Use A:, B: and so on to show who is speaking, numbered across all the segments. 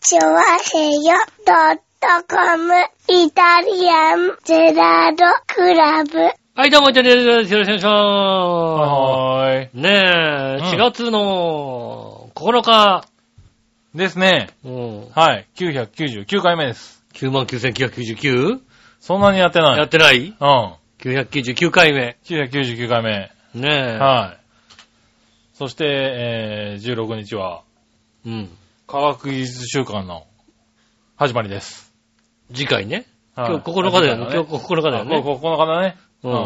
A: チョワヘヨドットコムイタリアンゼラードクラブ。
B: はい、どうも、イタリアンです。よろしくお願
C: はーい。
B: いします。ねえ、
C: うん
B: 4月の9日、
C: ですね。
B: うん、
C: はい。999回目です。
B: 99,999?
C: そんなにやってない。
B: やってない
C: うん。
B: ?999 回目。
C: 999回目。
B: ねえ。
C: はい。そして、えー、16日は、
B: うん。
C: 科学技術週間の始まりです。
B: 次回ね。
C: はい
B: 今日9日だよね。今日9日だよ
C: あ
B: ね。
C: ここ9日だね。
B: う
C: うんん。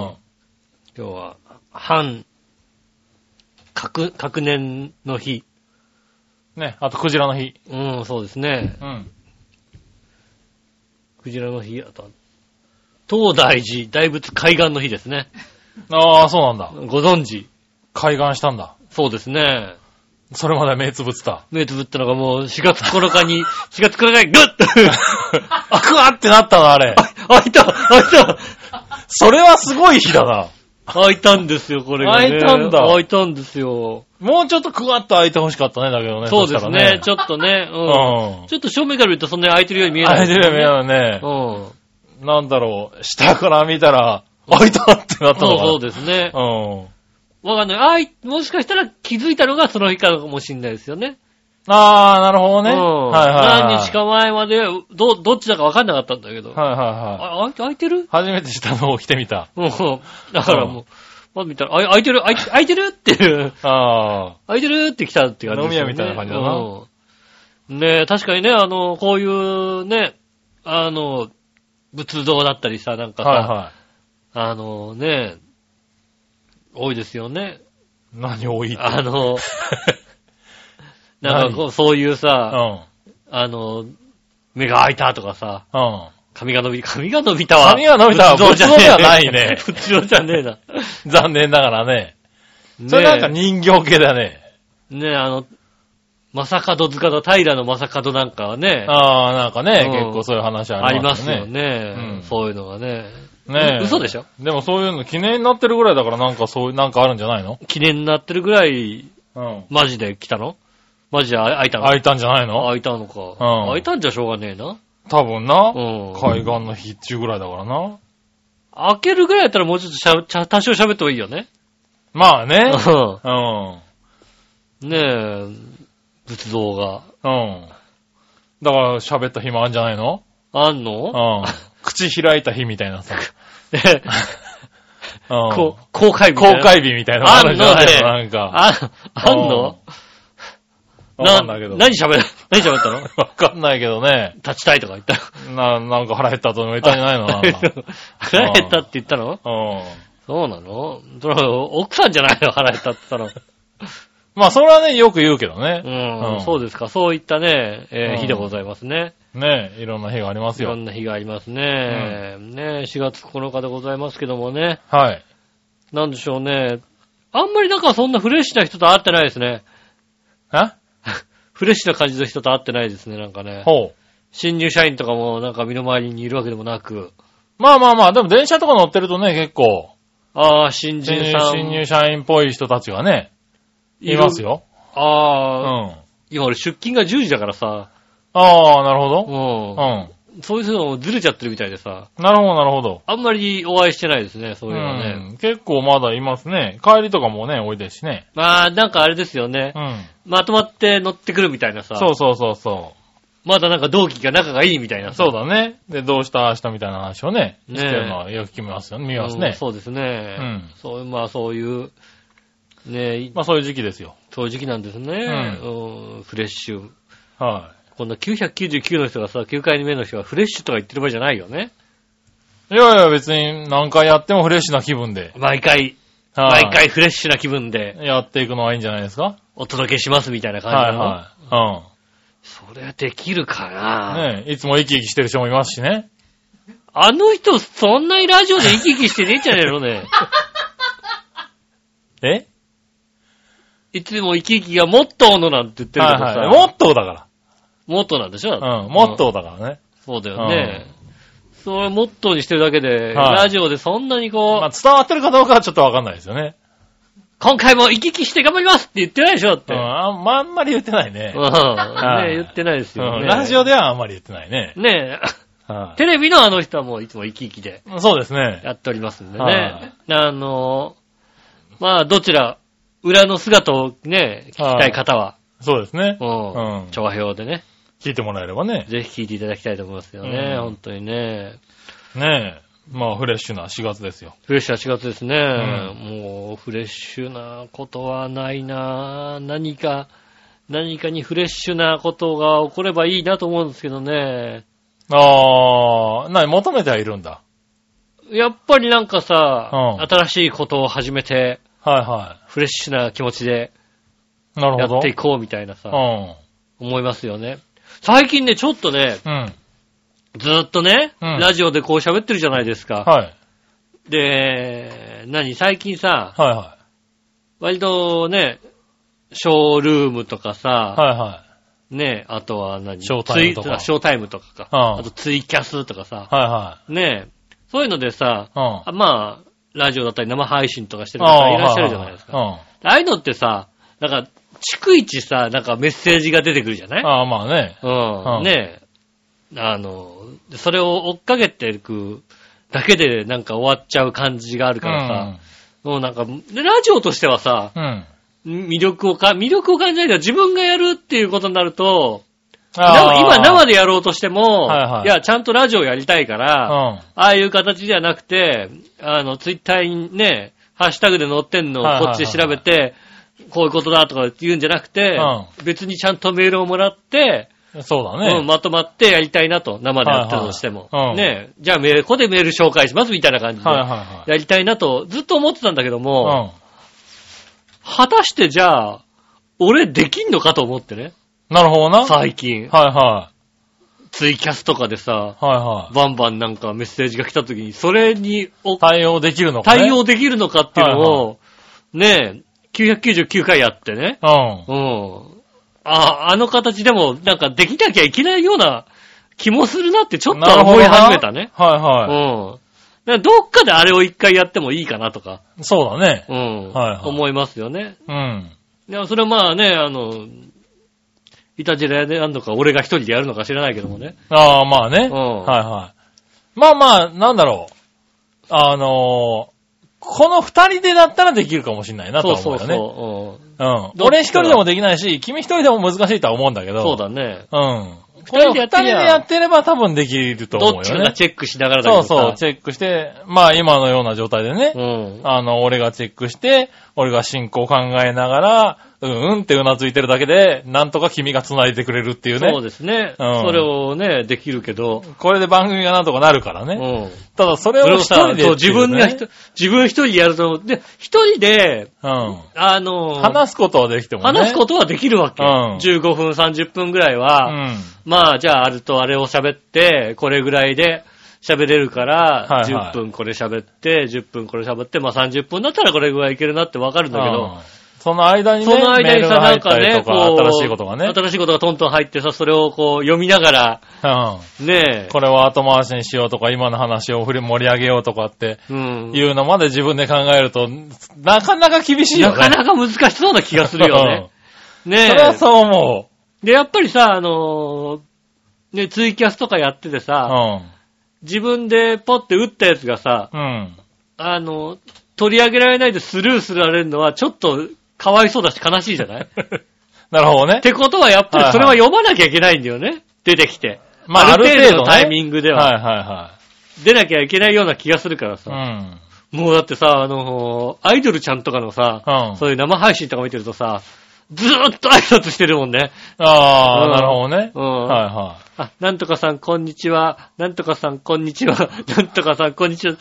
B: 今日は、半、各、各年の日。
C: ね、あとクジラの日。
B: うん、そうですね。
C: うん。
B: クジラの日、あと、東大寺大仏海岸の日ですね。
C: ああ、そうなんだ。
B: ご存知。
C: 開眼したんだ。
B: そうですね。
C: それまで目つぶってた。
B: 目つぶったのがもう4月9日に、4月9日にグッと
C: あ、くわってなったな、あれ。
B: 開いた開いた
C: それはすごい日だな。
B: 開いたんですよ、これが、ね。
C: 開いたんだ
B: 開いたんですよ。
C: もうちょっとくわっと開いてほしかったね、だけどね。
B: そうです
C: した
B: ね
C: ら。
B: ちょっとね、
C: う
B: うん。
C: ん
B: ちょっと正面から見るとそんなに開いてるように見えない、
C: 開いてるよ、見え
B: よ
C: ないね。
B: うん。
C: なんだろう、下から見たら、開いたってなった
B: そ
C: の
B: う
C: かな。
B: そうですね。
C: うん。
B: わかんない。あい、もしかしたら気づいたのがその日かもしれないですよね。
C: あー、なるほど
B: うん
C: ね。。はいはい、はい。
B: 何日か前まで、ど、どっちだかわかんなかったんだけど。
C: はいはいはい。
B: あ、開いて開いてる
C: 初めて下の方来てみた。
B: うん。だからもう、まず見たら、あい開いてる、開い開いてるっていう、
C: あ
B: 開いてるって来たって感じですよね。
C: 飲み屋みたいな感じだな
B: うんねえ、確かにね、あの、こういうね、あの、仏像だったりさ、なん
C: ー。
B: かさ、
C: はいは
B: あのね、多いですよね。
C: い。何多いって。
B: あの、なんかこう、そういう
C: う
B: さ、
C: ん。
B: あの、目が開いたとかさ、
C: うん。
B: 髪が伸び、髪が伸びたわ。
C: 髪が伸びたわ
B: 仏像じゃねえ
C: 仏像ではないね
B: 仏像じゃねえな。
C: 残念ながらね。それなんか
B: ねえ
C: 人形系だね。
B: ねあの、まさかど塚の平のまさかどなんかはね、あ
C: あー、なんかね、
B: うん
C: 結構そういう話あ
B: り
C: りま
B: ますすよね、
C: ね。うん
B: そういうのがね。
C: ねえ
B: 嘘でしょ
C: でもそういうの記念になってるぐらいだからなんかそういう、なんかあるんじゃないの
B: 記念になってるぐらい、
C: うん。
B: マジで来たのマジで開いたの
C: 開いたんじゃないの
B: 開いたのか、
C: うん
B: 開いたんじゃしょうがねえな。
C: 多分な。
B: うん。
C: 海岸の日中ぐらいだからな。
B: 開けるぐらいだったらもうちょっとしゃちゃ多少喋ってもいいよね。
C: まあね。
B: う
C: う
B: ん
C: ん。
B: ねえ、仏像が。
C: うん。だから喋った日もあるんじゃないの
B: あんの、
C: うん。口開いた日みたいなさ。
B: で
C: うん。
B: こう公開日みたい
C: 公
B: な。
C: 開日みたいなのあるんじゃないのなんか。
B: あ、あんの
C: うんわかんないけど。
B: 何喋る、何喋ったの
C: わかんないけどね。
B: 立ちたいとか言ったの
C: な、なんか腹減ったと言ったんじゃ ないのなんか。
B: 腹減ったって言ったの
C: うん。
B: そうなのそれは奥さんじゃないの 腹減ったって言った
C: まあ、それはね、よく言うけどね。
B: の。うん、
C: うん
B: そうですか。そういったね、えー
C: うん
B: 日でございますね。
C: ねいろんな日があります
B: いろ
C: よ。
B: んな日がありますね。ね4月9日でございますけどもね。
C: はい。
B: なんでしょうね。あんまりなんかそんなフレッシュな人と会ってないですね。
C: え
B: フレッシュな感じの人と会ってないですね、なんかね。
C: ほう。
B: 新入社員とかもなんか身の回りにいるわけでもなく。
C: まあまあまあ、でも電車とか乗ってるとね、結構、
B: ああ、新
C: 新
B: 人
C: 入
B: さん。
C: 新入社員っぽい人たちがね、いますよ。う
B: ああ、
C: ん。
B: 今俺出勤が10時だからさ。
C: ああ、なるほ
B: う。
C: ど。うんん。
B: そういうのもずれちゃってるみたいでさ、
C: なるほど、なるほど。
B: あんまりお会いしてないですね、そうういうのはね。
C: ん。結構まだいますね。帰りとかもね、多いですしね。
B: まあ、なんかあれですよね
C: う。ん。
B: まとまって乗ってくるみたいなさ、
C: そうそうそうそ
B: まだなんか同期が仲がいいみたいな
C: う。
B: さ。
C: そうだね。で、どうした明日みたいな話をね、し
B: ねえ
C: てるのはよく聞きますよね。見
B: うん
C: ますね。
B: そうですね。
C: うん
B: そうまあそういう、ね、
C: まあそういう時期ですよ。
B: そういう時期なんですね。うんフレッシュ。
C: は
B: こんな999の人がさ、9回目の人がフレッシュとか言ってる場合じゃないよね。
C: い。いやいや、別に何回やってもフレッシュな気分で。
B: 毎回、
C: はい
B: 毎回フレッシュな気分で
C: やっていくのはいいんじゃないですか
B: お届けしますみたいな感じな
C: はい
B: の。
C: は
B: それはできるかな。
C: い。うん。ねえいつも生き生きしてる人もいますしね。
B: あの人、そんなにラジオで生き生きしてねえんじゃねえのね。
C: え
B: いつも生き生きがモットーのなんて言ってるけどさ、
C: はいはい。モットーだか
B: モットーなんでしょ、
C: ら。うん。モッ
B: ー。
C: トーだからね。
B: そうだよね。それモットーにしてるだけで、
C: はい
B: ラジオでそんなにこう、
C: まあ伝わってるかどうかはちょっとわかんないですよね。
B: 今回も行き来して頑張りますって言ってないでしょだって。
C: うんあんまあんまり言ってないね。
B: うん。
C: はい
B: ね言ってないですよ
C: う
B: ね。
C: んラジオではあんまり言ってないね。
B: ね
C: は
B: テレビのあの人はもういつも生き生きで
C: いそうですね。
B: やっておりますんで
C: はい
B: ね。あの、まあ、どちら、裏の姿をね、聞きたい方は、
C: そうですね。
B: う
C: うん
B: ん、長編でね、
C: 聞いてもらえればね。
B: ぜひ聞いていただきたいと思いますよね
C: う。ん
B: 本当にね。
C: ねえ。まあ、フレッシュな4月ですよ。
B: フレッシュは4月ですね。
C: う
B: もう、フレッシュなことはないな何か、何かにフレッシュなことが起こればいいなと思うんですけどね。
C: あー、なに、求めてはいるんだ。
B: やっぱりなんかさ、
C: うん
B: 新しいことを始めて、
C: はいは
B: フレッシュな気持ちで
C: い。なる
B: や
C: ほど。
B: っていこうみたいなさ、
C: うん。
B: 思いますよね。最近ね、ちょっとね、
C: うん。
B: ずーっとね、
C: うん
B: ラジオでこう喋ってるじゃないですか。
C: はい。
B: で、何最近さ、
C: はいは
B: 割とね、ショールームとかさ、
C: い。はいは
B: ねあとは何
C: ショータイムとか
B: ツイあショータイムとかか。
C: うん
B: あとツイキャスとかさ
C: い。。は
B: ねそういうのでさ、
C: いはい。
B: あまあ、ラジオだったり生配信とかして
C: うん。
B: る方いらっしゃるじゃないですか。
C: あー
B: あ
C: はいはい
B: あいうのってさ、なんか、逐一さ、なんかメッセージが出てくるじゃな
C: う
B: い
C: ん。あー、まあね。
B: うん。
C: うん
B: ねえ。あの、それを追っかけていくだけでなんか終わっちゃう感じがあるからさ、もうなんか、でラジオとしてはさ、
C: うん。うん。
B: 魅力をか、魅力を感じないけど自分がやるっていうことになると、
C: あー
B: 今生でやろうとしても、
C: はい
B: い
C: はい
B: や、ちゃんとラジオやりたいから、あ
C: うん。
B: あいう形じゃなくて、あの、ツイッターにね、ハッシュタグで載ってんのを
C: はいはい
B: こ
C: はい
B: っちで調べて、こういうことだとか言うんじゃなくて、
C: う
B: 別にちゃんとメールをもらって、
C: そうだね。
B: うんまとまってやりたいなと、生でやったとしても。
C: はいはいうん
B: ねじゃあメール、ここでメール紹介しますみたいな感じで、
C: はいはい
B: やりたいなとずっと思ってたんだけども、
C: はい。
B: 果たしてじゃあ、俺できんのかと思ってね、
C: うん。なるほどな。はい
B: 最近。
C: は
B: ツイキャスとかでさ、
C: い。はいはい。
B: バンバンなんかメッセージが来た時に、それにお
C: 対応できるのかね。
B: 対応できるのかっていうのを、ねえ、999回やってね。
C: うん。
B: うん。あ、あの形でも、なんかできなきゃいけないような気もするなってちょっとは思い始めたね。
C: なるほどなは
B: う
C: いは
B: ん。だからどっかであれを一回やってもいいかなとか、
C: い。そうだね。
B: うん。
C: はいはい
B: 思いますよね。
C: うん。
B: でもそれはまあね、あの、いたじらやでやるのか、俺が一人でやるのか知らないけどもね。
C: ああ、まあね。
B: うん
C: はいはい。まあまあ、なんだろう。あのーこの二人でだったらできるかもしれないなと
B: そ
C: は
B: う
C: 思
B: そうう
C: よ
B: そ
C: ね。
B: う。うん
C: う
B: どっ
C: ん。
B: ちかが
C: 俺一人でもできないし、君一人でも難しいとは思うんだけど。
B: そう。だね。
C: うん。
B: 二人でやってりゃ
C: これを二人でやってれば多分できると思う
B: ど
C: よね。
B: っちかがチェックしながらだ
C: そう
B: けどさ
C: そう、チェックして、まあ今のような状態でね、
B: うん。
C: あの、俺がチェックして、俺が進行を考えながら、うんうんってうなずいてるだけで、なんとか君が繋いでくれるっていう
B: そう
C: ね。
B: ですね。
C: うん
B: それをね、できるけど、
C: これで番組がなんとかなるから
B: う
C: ね。
B: ん。
C: ただそれ
B: それ
C: を
B: を
C: 一
B: さ
C: 人、で
B: そう
C: ってい
B: 自
C: う
B: 分
C: ね
B: が一人、自分一人でやると、で、一人で、
C: うん。
B: あの、
C: 話すことはできてもね。
B: 話すことはできるわけ。
C: うん
B: 15分、30分ぐらいうは、
C: ん。
B: まあ、じゃあ、あれとあれを喋って、これぐらいで喋れるから、
C: はいは
B: 10
C: い
B: 分これ喋って、10分これ喋って、まあ30分だったらこれぐらいいけるなってわかるんだけど、
C: うんその間にね、
B: その間にさ、なん
C: メールが
B: か
C: 入った
B: ね、
C: りと
B: こ
C: か
B: う、
C: 新しいことがね。
B: 新しいことがトントン入ってさ、それをこう、読みながら、
C: うん。
B: ねえ、
C: これは後回しにしようとか、今の話を振り盛り上げようとかって
B: うん。
C: いうのまで自分で考えると、なかなか厳しいよ
B: な
C: ね。
B: かなか難しそうな気がするよね。
C: うん。
B: ね
C: それは
B: え。
C: そう思
B: で、やっぱりさ、あのーね、ツイキャスとかやっててさ、
C: う。
B: 自分でポッて打ったやつがさ、
C: うん。うん。
B: あのー取り上げられないでスルーすられるのは、ちょっと、かわいそうだし悲しいじゃ ない
C: なるほどね
B: っ。てことは、やっぱりそれは読まなきゃいけないんだよね。出てきて。
C: まあ
B: ある程度の
C: ある程度ね
B: タイミングで
C: はい
B: は、
C: は
B: 出なきゃいけないような気がするから
C: い
B: さ。
C: はい。
B: もうだってさ、あのーアイドルちゃんとかのさ、
C: うん
B: そういう生配信とか見てるとさ、ずーっと挨拶してるもんね。
C: うん。
B: う
C: ああ、
B: ん
C: なるほどね。
B: うん
C: はいは
B: あ、なんとかさんこんにちは、なんとかさんこんにちは、 なんとかさんこんにちは、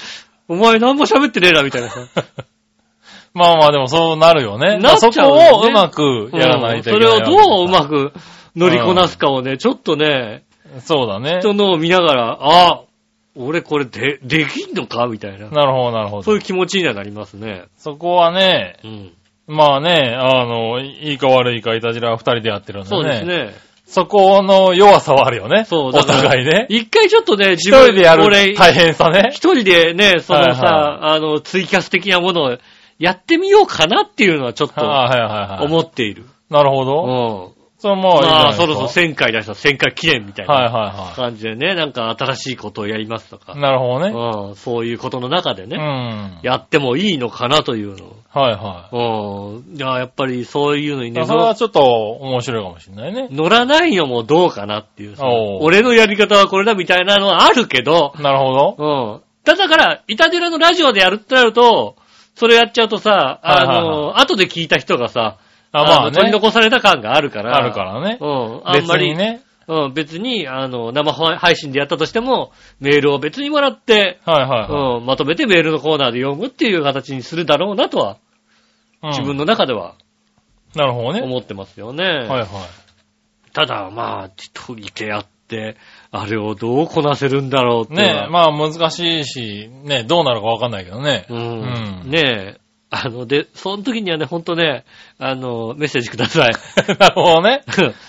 B: お前なんも喋ってねえな、みたいなさ。
C: い。まあまあでも そうなるよね。
B: なっちゃうよね
C: そこをうまくやらないといけない
B: う
C: わ
B: ん
C: け
B: そ
C: だ
B: れ
C: から。
B: をどううまく乗りこなすかをね、ちょっとね、
C: そうだね。
B: 人のを見ながら、あ、俺これで、できんのかみたいな。
C: なるほどなるほ
B: そうい
C: ど
B: う。気持ちにはなりますね。
C: そこはね、
B: うん。
C: まあね、あの、いいか悪いかいたじらは二人でやってるんでね。
B: そうですね。
C: そこの弱さはあるよね。
B: そう、
C: お
B: だから
C: 互いね。
B: 一回ちょっとね、自
C: 一
B: 分
C: 人でやる
B: 俺
C: 大変さね。
B: 一人でね、そのさ、
C: はい
B: あの、ツイキャス的なものをやってみようかなっていうのはちょっ
C: はい
B: と
C: はいはい。
B: 思っている。
C: なるほ
B: う
C: ど。
B: ん。
C: それもいいじゃ
B: ま
C: ない
B: あ、
C: ですか
B: そろそろ1000回出した1000回記念みたい
C: はい
B: な
C: はいは
B: 感じでね、なんか新しいことをやりますと
C: い。
B: か、
C: なるほどね。
B: うん、そういうことの中で
C: うん。
B: ね、
C: はい
B: やってもいいのかなという
C: は
B: のを。うん。いや、やっぱりそういうのに
C: い。
B: ね、
C: それはちょっと面白いかもしれないね。
B: 乗らないのもどうかなっていうさ
C: おう
B: 俺のやり方はこれだみたいなのはあるけど、
C: なるほど。
B: うん。だだから、イタジラのラジオでやるってなると、それやっちゃうとさ、あ
C: はいはい
B: の、後で聞いた人がさ、
C: あ、ま
B: の
C: あ
B: 取り
C: ね。
B: 残された感があるから。
C: あるからね
B: う。ん。あん
C: 別
B: まり
C: に、ね。
B: うん、別に、あの、生配信でやったとしても、メールを別にもらって、
C: はいはいは
B: うん、まとめてメールのコーナーで読むっていう形にするだろうなとは、
C: い。うん
B: 自分の中では
C: なるほどね。
B: 思ってますよね。
C: はいはい。
B: ただ、まあ、一人でやって、あれをどうこなせるんだろうっていうのは。
C: ねえ、まあ難しいし、ねえ、どうなるかわかんないけどね。
B: うん
C: うん
B: ねえ。あの、で、その時にはね、ほんとね、あの、メッセージくだ さい。
C: なるほど ね。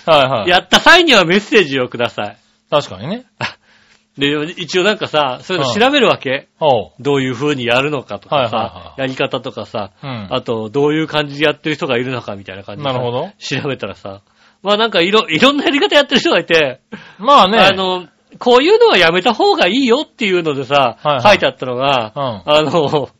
C: はいはい。
B: やった際にはメッセージをください。
C: 確かにね。
B: で、一応なんかさ、そういうの
C: うん
B: 調べるわけ。
C: おう。
B: どういう風にやるのかとか
C: はいはいは
B: さ、
C: い
B: やり方とかさ、
C: うん。
B: あと、どういう感じでやってる人がいるのかみたいな感じでさ。
C: なるほど
B: 調べたらさ、まあなんかいろ、いろんなやり方やってる人がいて、
C: まあね。
B: あの、こういうのはやめた方がいいよっていうのでさ、
C: はいはい
B: 書いてあったのが、
C: うん
B: あの、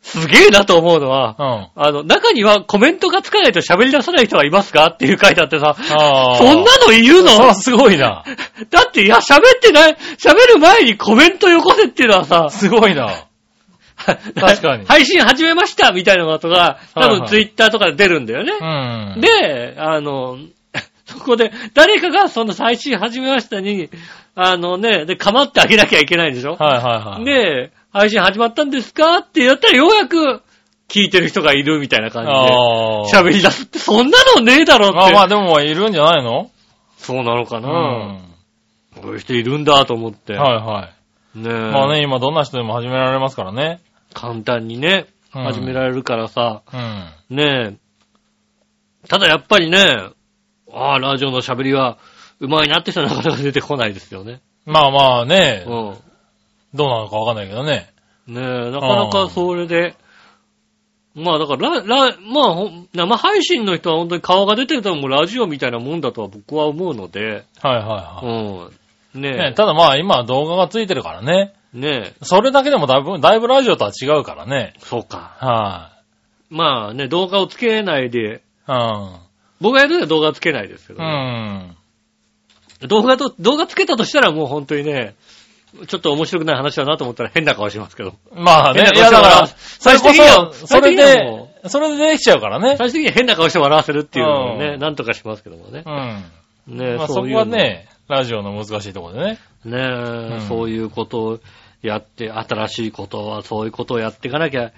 B: すげえなと思うのは、
C: うん。
B: あの、中にはコメントがつかないと喋り出さない人はいますかっていう書いてあってさ、
C: ああ。
B: そんなの言う
C: そ
B: の
C: らすごいな。
B: だって、いや、喋ってない、喋る前にコメントよこせっていうのはさ、
C: すごいな。 確かに
B: 配信始めましたみたいなのとか、多
C: はい
B: 分
C: はい
B: ツイッターとかで出るんだよね。
C: うん。
B: で、あの、 そこで、誰かがその配信始めましたに、あのね、で、構ってあげなきゃいけないんでしょ
C: はいはいはい。
B: で、配信始まったんですかってやったらようやく聞いてる人がいるみたいな感じで。
C: ああ。
B: 喋り出すって、そんなのねえだろって。
C: まあまあでもいるんじゃないの
B: そうなのか
C: う
B: な、こういう人いるんだと思って。
C: はいはい。
B: ねえ。
C: まあね、今どんな人でも始められますからね。
B: 簡単にね、
C: うん
B: 始められるからさ、
C: うん。
B: ねえ。ただやっぱりね、ああ、ラジオの喋りは、うまいなって人はなかなか出てこないですよね。
C: まあまあね、
B: うん。
C: どうなのかわかんないけどね。
B: ねえ、なかなかそれで、まあだから、ラ、ラ、まあほん、生配信の人は本当に顔が出てるともうラジオみたいなもんだとは僕は思うので、
C: はいはいうは
B: ん。
C: い。
B: ね
C: ねただまあ今は動画がついてるからね。
B: え、ねえ、
C: それだけでもだいぶ、だいぶラジオとは違うからね。
B: そうか。
C: は
B: まあね、動画をつけないで、
C: い、
B: 僕がやるのは動画つけないですけど
C: う
B: ね、
C: ん。うん。
B: 動画と、動画つけたとしたらもう本当にね、ちょっと面白くない話だなと思ったら変な顔しますけど。
C: まあね、
B: 変
C: い
B: な
C: やだから、そ
B: 最
C: れ
B: 終
C: こ
B: 的には
C: そ、そ
B: 最終
C: れ
B: 的には
C: で
B: も、
C: それでできちゃうからね。
B: 最終的には変な顔して笑わせるっていうのをね、
C: うん
B: なんとかしますけどもね
C: う。ん。
B: ね
C: まあそ
B: そう
C: こ
B: いうの
C: は、ね、ラジオの難しいところでね。
B: ね
C: ん
B: そういうことをやって、新しいことはそういうことをやっていかなきゃい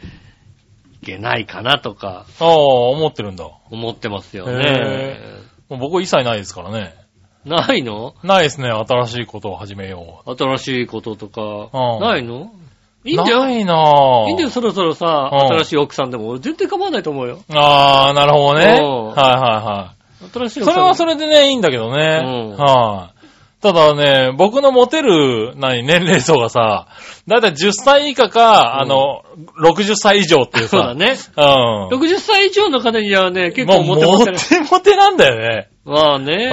B: けないかなとか
C: ああ、思ってるんだ。も
B: 思ってますよ
C: へ
B: ね。
C: う僕一切ないですからね。
B: ないの
C: ないですね、新しいことを始めよ
B: 新しいこととか、
C: うん
B: ないの
C: う。
B: いいんじゃん
C: ないなぁ。
B: いいんだよ、そろそろさ、
C: うん
B: 新しい奥さんでも俺全然構わないと思うよ。
C: ああ、なるほどね。はい
B: うん
C: は
B: 新し
C: い
B: い
C: は
B: 奥さん。
C: い。それはそれでね、いいんだけどね。
B: うん
C: はい。ただね、僕のモテる、何、年齢層がさ、だいたい10歳以下か、あの、60歳以上ってい う
B: そうだ
C: さ。
B: ね。
C: うん。
B: 60歳以上の方にはね、結
C: もう
B: 構モテモテ
C: モ。テモテなんだよね。
B: まあね、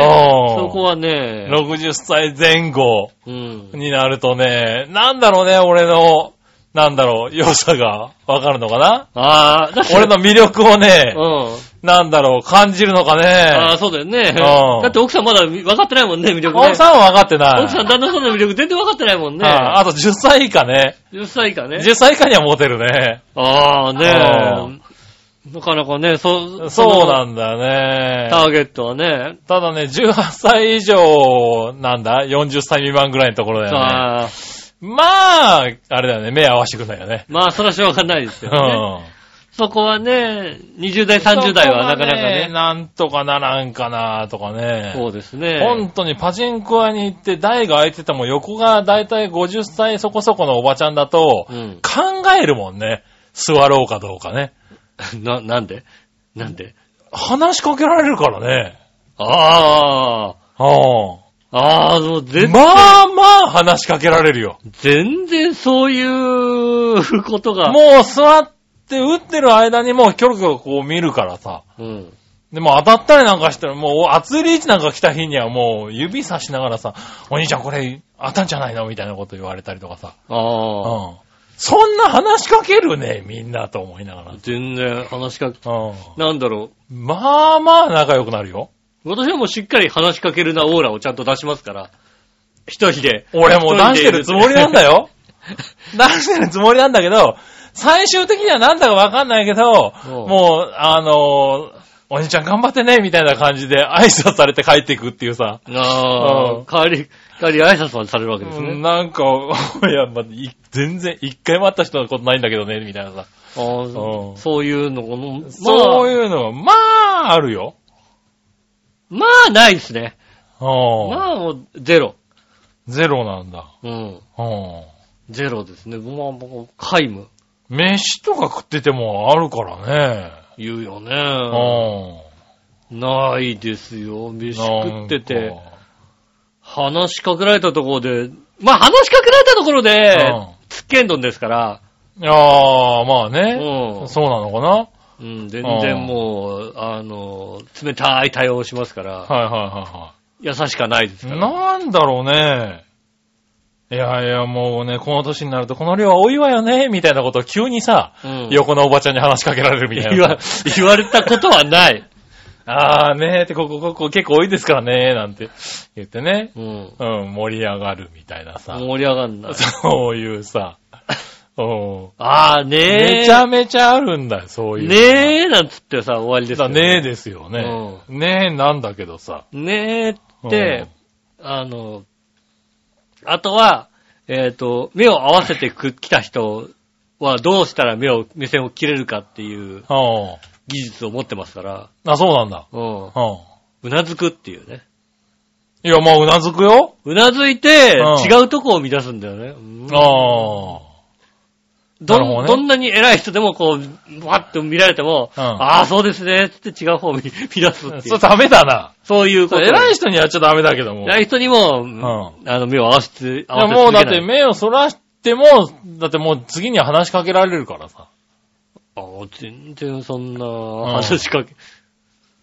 C: うん
B: そこはね、
C: 60歳前後
B: うん。
C: になるとね、なんだろうね、俺の、なんだろう、良さがわかるのかな
B: ああ、だって
C: 俺の魅力 をね、
B: うん。
C: なんだろう、感じるのか
B: ああ、
C: ね。
B: そうだよね。
C: うん
B: だって奥さんまだ分かってないもんね、魅力ね。
C: 奥さんは分かってない。
B: 奥さん、旦那さんの魅力全然分かってないもんね。
C: ああと10歳以下ね。
B: 10歳以下ね。
C: 10歳以下にはモテるね。
B: ああ、
C: う
B: ねえ。なかなかね、そ、
C: そう
B: だ
C: なんだね。
B: ターゲットはね。
C: ただね、18歳以上、なんだ ?40 歳未満ぐらいのところだよね。
B: ああ、
C: まあ、あれだよね。目合わせてくんないよね。
B: まあ、それはしょうがないです
C: う
B: よね。
C: ん。
B: そこはね、20代、30代はなかなか
C: そこが
B: ね。
C: なんとかならんかなとか
B: そ
C: ね。
B: うですね。
C: 本当にパチンコ屋に行って台が空いてても横がだいたい50歳そこそこのおばちゃんだと、
B: うん。
C: 考えるもんね。座ろうかどうかね。
B: な、なんでなんで
C: 話しかけられるからね。
B: ああ、
C: うん。
B: ああ、もう全
C: まあまあ話しかけられるよ。
B: 全然そういうことが。
C: もう座っって、打ってる間にもうキョロキョロこう見るからさ。
B: うん。
C: でも当たったりなんかしたら、もう熱いリーチなんか来た日にはもう指さしながらさ、お兄ちゃんこれ当たんじゃないのみたいなこと言われたりとかさ。
B: ああ。
C: うん。そんな話しかけるね、みんなと思いながら。
B: 全然話しかけ、
C: うん。
B: なんだろ
C: まあまあ仲良くなるよ。
B: う。私はもうしっかり話しかけるなオーラをちゃんと出しますから。一人で。
C: 俺もう出してるつもりなんだ
B: よ。
C: よ。出してるつもりなんだけど、最終的にはなんだかわかんないけど、
B: うん
C: もう、あのーお兄ちゃん頑張ってね、みたいな感じで挨拶されて帰っていくっていうさ。
B: ああ。
C: う
B: 代わり、代わり挨拶までされるわけです
C: うん
B: ね。
C: なんか、 いや、まあ、い全然、一回も会った人のことないんだけどね、みたいなさ。
B: あ
C: う
B: ー
C: ん
B: そういうのも、まあ、
C: そういうのが、まあ、あるよ。
B: まあないですね。
C: うん
B: まあもうゼロ。
C: ゼロなんだ。
B: うん。
C: うん
B: ゼロですね。まあ僕、皆無。
C: 飯とか食っててもあるからね。
B: 言うよね。
C: うん。
B: ないですよ。飯食って
C: なん
B: て
C: か。
B: 話しかけられたところで、まあ話しかけられたところで
C: うん、
B: つっけんどんですから、
C: ああ、まあ
B: う
C: ね。
B: ん。
C: そうなのかなは
B: うん、全然もう、あの、冷たい対応をしますから、
C: いはいは
B: 優しかないです
C: い
B: か
C: は
B: ら。
C: い。なんだろうね。いやいや、もうね、この年になるとこの量は多いわよね、みたいなことを急にさ、
B: うん
C: 横のおばちゃんに話しかけられるみたい
B: 言
C: な
B: わ。言われたことはない。
C: ああねーって、ここ、ここ結構多いですからねー、なんて言ってね。
B: うん。
C: うん、盛り上がるみたいなさ。
B: 盛り上がんない。
C: そういう さ。うん
B: ああ、ねえ。
C: めちゃめちゃあるんだよ、そういう。
B: ねえ、なんつってさ、終わりです
C: だ
B: よ。
C: ねえですよね。ねえなんだけどさ。
B: ねえって、あの、あとは、えっ、と、目を合わせてく来た人はどうしたら目を、目線を切れるかっていう
C: うん。
B: 技術を持ってますから、
C: あ、そうなんだ。
B: うん。
C: うん。
B: うなずくっていうね。
C: いや、まあ、うなずくよ。
B: うなずいて
C: うん、
B: 違うとこを乱すんだよね。うん
C: あ
B: ど
C: なるほど
B: ん、
C: ね
B: どんなに偉い人でもこう、わっと見られても、
C: うん
B: ああ、そうですね、つって違う方を見乱す
C: あ。
B: ってい
C: そうれ。ダメだな。
B: そういうこと。
C: 偉い人にやっちゃダメだけども。い
B: 偉い人にも、あの、目を合わせて、合
C: や、
B: わせ
C: もうだって
B: 目、
C: 目をそらしても、だってもう次には話しかけられるからさ。
B: あ全然そんな話しかけ、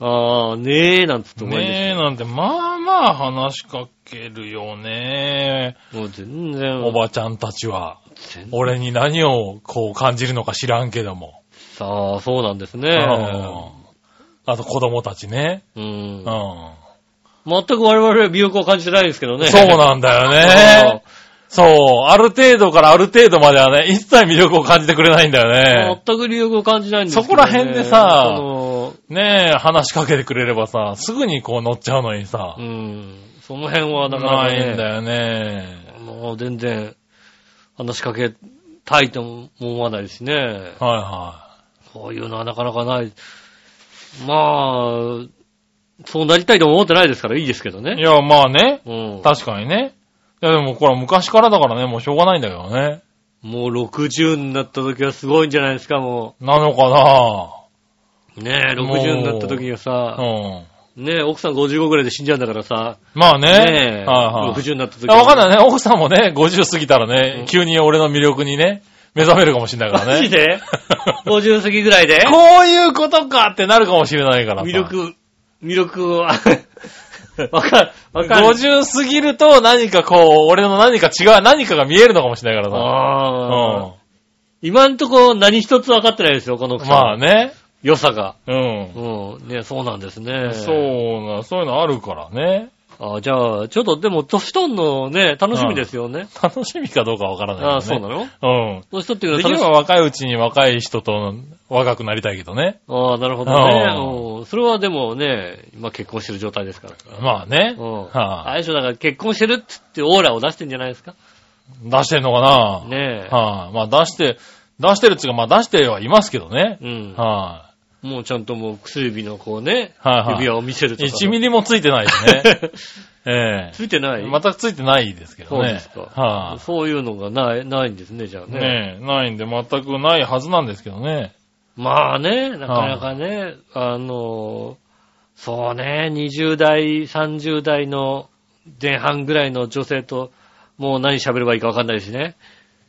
B: ああ、ねえ、なんつって思い
C: ね
B: で
C: え、なんて、まあまあ話しかけるよね。
B: すよもう全然、
C: おばちゃんたちは、
B: 全然
C: 俺に何をこう感じるのか知らんけども。
B: さあ、そうなんですね
C: うん。あと子供たちね。
B: う
C: うんん。。
B: 全く我々は魅力を感じてないですけどね。
C: そうなんだよね。 そう。ある程度からある程度まではね、一切魅力を感じてくれないんだよ
B: うん
C: ね。
B: 全く魅力を感じないんですけど、ね。
C: そこら辺でさ
B: そ
C: ねえ、話しかけてくれればさ、すぐにこう乗っちゃうのに
B: の、
C: さ
B: う、ん。その辺はなかなか、
C: ない
B: ね、
C: んだよね。
B: もう全然、話しかけたいとも思わないですしね。
C: はいは
B: こういうのはなかなかない。まあ、そうなりたいとも思ってないですからいいですけど
C: い。い
B: ね。
C: や、まあね、
B: うん。
C: 確かにね。いや、でもこれは昔からだからね、もうしょうがないんだけどね。
B: もう60になった時はすごいんじゃないですか、も
C: なのかな
B: う。ねえ、
C: もう
B: 60になった時にはさ、
C: うん。
B: ねえ、奥さん55ぐらいで死んじゃうんだからさ、
C: まあね。
B: ねえ、
C: はいはい。
B: 60になった時。
C: いやわかんないいね。奥さんもね、50過ぎたらね、
B: うん
C: 急に俺の魅力にね、目覚めるかもしれないから ね。
B: マジ で ?50 過ぎぐらいで
C: こういうことかってなるかもしれないからさ。
B: 魅。力、魅力を、 わかる、わかる。
C: 50過ぎると何かこう、俺の何か違う、何かが見えるのかもしれないからさ。
B: ああ、
C: う
B: 今んとこ何一つ分かってないですよ、この奥
C: ん。
B: さん。
C: まあね。
B: 良さが。
C: うん。
B: うん。ね、そうなんですね。
C: そうな、そういうのあるからね。
B: あじゃあ、ちょっとでも、年取んのね、楽しみですよね。
C: 楽しみかどうかわからない、ね。
B: ああ、そうなの
C: の
B: 年取って
C: うん。
B: くる
C: でき
B: と
C: れ
B: 楽し
C: ば
B: み。
C: 若いうちに若い人と若くなりたいけどね。
B: ああ、なるほど
C: う
B: ね。うん。それはでもね、今結婚してる状態ですから。
C: まあね。
B: うん。
C: は
B: 相性だから結婚してるっつってオーラを出してんじゃないですか
C: 出してんのかな
B: ねえ。
C: はい、まあ出して、出してるっつうか、まあ出してはいますけどね。
B: うん。
C: は
B: もうちゃんともう薬指のこうね、
C: はいはい
B: 指輪を見せる
C: い、
B: とか。
C: 1ミリもついてな いしね。え
B: ついてな
C: え
B: い
C: 全くついてないですけど
B: そう
C: ね。
B: ですか。
C: はい、
B: そういうのがない、ないんですね、じゃあね。
C: ねえ、ないんで全くないはずなんですけどね。
B: まあね、なかなかね、あの、そうね、20代、30代の前半ぐらいの女性と、もう何喋ればいいかわかんないしね。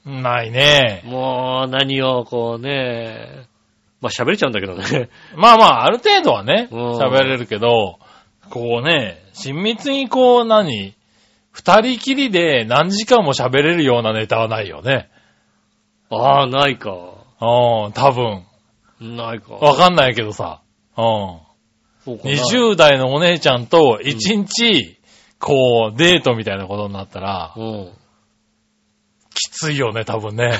C: ないね。
B: もう、何を、こうね、まあ喋れちゃうんだけどね。
C: まあまあ、ある程度はね、
B: うん
C: 喋れるけど、こうね、親密にこう、何二人きりで何時間も喋れるようなネタはないよね。
B: ああ、ないか。
C: うん、多分。
B: ないか。
C: わかんないけどさ。うん。
B: そうかな
C: 20代のお姉ちゃんと一日、こう、デートみたいなことになったら、
B: うん。
C: きついよね、多分ね。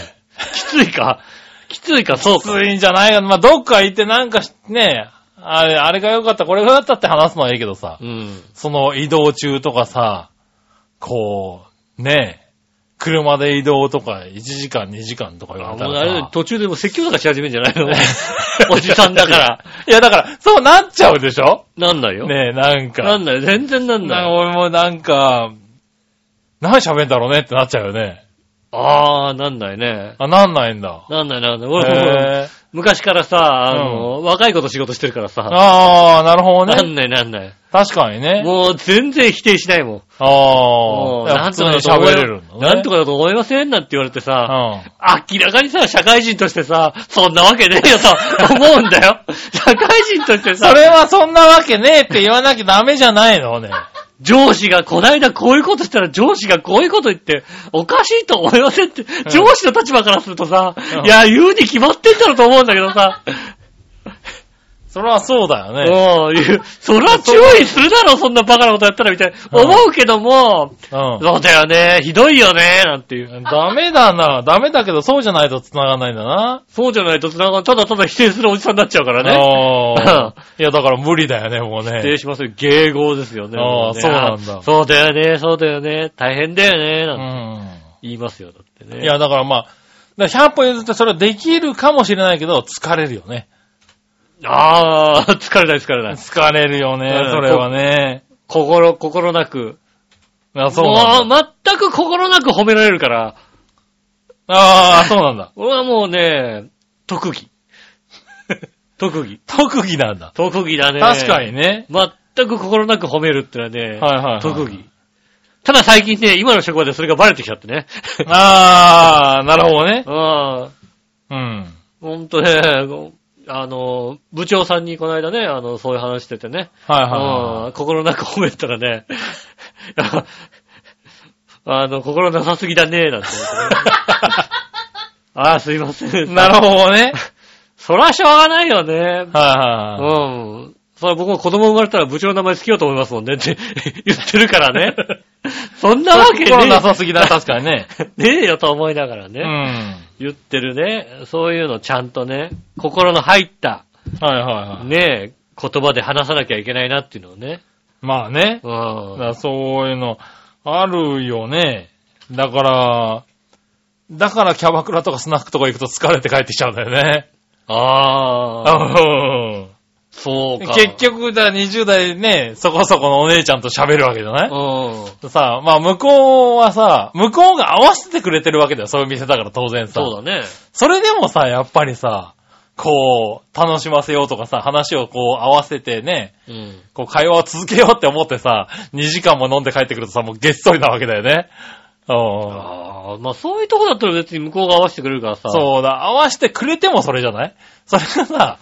B: きついか。きついか、そう
C: き
B: か。
C: ついんじゃないかな。まあ、どっか行ってなんかしね、あれ、あれが良かった、これが良かったって話すのはいいけどさ、
B: うん。
C: その移動中とかさ、こう、ね、車で移動とか1時間2時間とか言わ
B: あ
C: れた
B: もうあれだ
C: ら
B: よ
C: さ。
B: 途中でもう説教とかし始めんじゃないの おじさんだから。
C: いや、だから、そうなっちゃうでしょ
B: なんないよ。
C: ねえ、なんか。
B: なんないよ。全然なん
C: な
B: なんい
C: か
B: よ。
C: 俺もなんか、何喋んだろうねってなっちゃうよね。
B: ああ、なんないね。
C: あ、なんないんだ。
B: なんないなんない。俺、もう
C: へー
B: 昔からさ、あの、若い子と仕事してるからさ。
C: ああ、なるほど
B: な
C: ね。
B: んないなんない。
C: 確かにね。
B: もう全然否定しないもん。もう
C: ああ、
B: なんとかだと
C: 普通に
B: 思
C: 喋
B: い
C: れるんだね。
B: なんとかだと思いませんなんて言われてさ、
C: う
B: 明らかにさ、社会人としてさ、そんなわけねえよと思うんだ よ。社会人として
C: ん。そ
B: さ、
C: れはそんなわけねえって言わなきゃダメじゃないの ね。
B: 上司がこないだこういうことしたら上司がこういうこと言って、おかしいと思いませんって、上司の立場からするとさ、
C: うん
B: いや、言うに決まってんだろうと思うんだけどさ、
C: それはそうだよね。
B: もう言う、そりゃ注意するだろ、そんなバカなことやったらみたいな、
C: うん
B: 思うけども、
C: う
B: そうだよね、ひどいよね、なんていう。
C: ん。ダメだな。ダメだけど、そうじゃないと繋がんないんだな。
B: そうじゃないと、なんかただただ否定するおじさんになっちゃうからね。
C: ああ。いや、だから無理だよね、もう
B: 否定
C: ね。
B: しますよ。迎合ですよね。
C: ああ
B: もね
C: そうなんだ
B: あそうだよね、そうだよね、大変だよね、
C: う
B: なんて
C: ん。
B: 言いますよ、だってね。
C: いや、だからまあ、だから100歩譲ってそれはできるかもしれないけど、疲れるよね。
B: ああ、疲れない疲れない。
C: 疲れるよね
B: うん、
C: それはね。
B: 心、心なく。
C: あ、そうなんだ。
B: もう、全く心なく褒められるから、
C: ああ、そうなんだ。
B: 俺はもうね、特技。特技。
C: 特技なんだ。
B: 特技だね。
C: 確かに。ね。
B: 全く心なく褒めるってのはね、
C: はいはいはい。
B: 特技。ただ最近ね、今の職場でそれがバレてきちゃってね。
C: ああ、なるほ どね。
B: うん。
C: うん。
B: ほんとね、あの、部長さんにこの間ね、あの、そういう話しててね、
C: はいはいは
B: うん、心なく褒めたらね、 あの、心なさすぎだね、なんて言わ れてね。ああ、すいませ
C: い。
B: ん。
C: なるほどね。
B: そらしょうがないよね。
C: はいはいはい。
B: うん。そら僕も子供生まれたら部長の名前つけようと思いますもんねって 言ってるからね。 そんなわけね
C: 心なさすぎだ、確かにね。
B: えねえよと思いながら
C: う
B: ね、
C: ん。は
B: 言ってるね。そういうのちゃんとね、心の入った、
C: いはいはい。
B: ねえ、言葉で話さなきゃいけないなっていうのをね。
C: まあね。
B: う
C: だ
B: ん。
C: からそういうの、あるよね。だから、だからキャバクラとかスナックとか行くと疲れて帰ってきちゃうんだよね。
B: ああ、そう
C: うん
B: か。
C: 結局、だから20代ね、そこそこのお姉ちゃんと喋るわけじゃない
B: うん。
C: さあ、まあ向こうはさ、向こうが合わせてくれてるわけだよ。そういう店だから当然さ。
B: そうだね。
C: それでもさ、やっぱりさ、こう、楽しませようとかさ、話をこう合わせてね、
B: うん。
C: こう会話を続けようって思ってさ、2時間も飲んで帰ってくるとさ、もうげっそりなわけだよね。うん。
B: ああ、まあそういうとこだったら別に向こうが合わせてくれるからさ。
C: そうだ、合わせてくれてもそれじゃないそれがさ、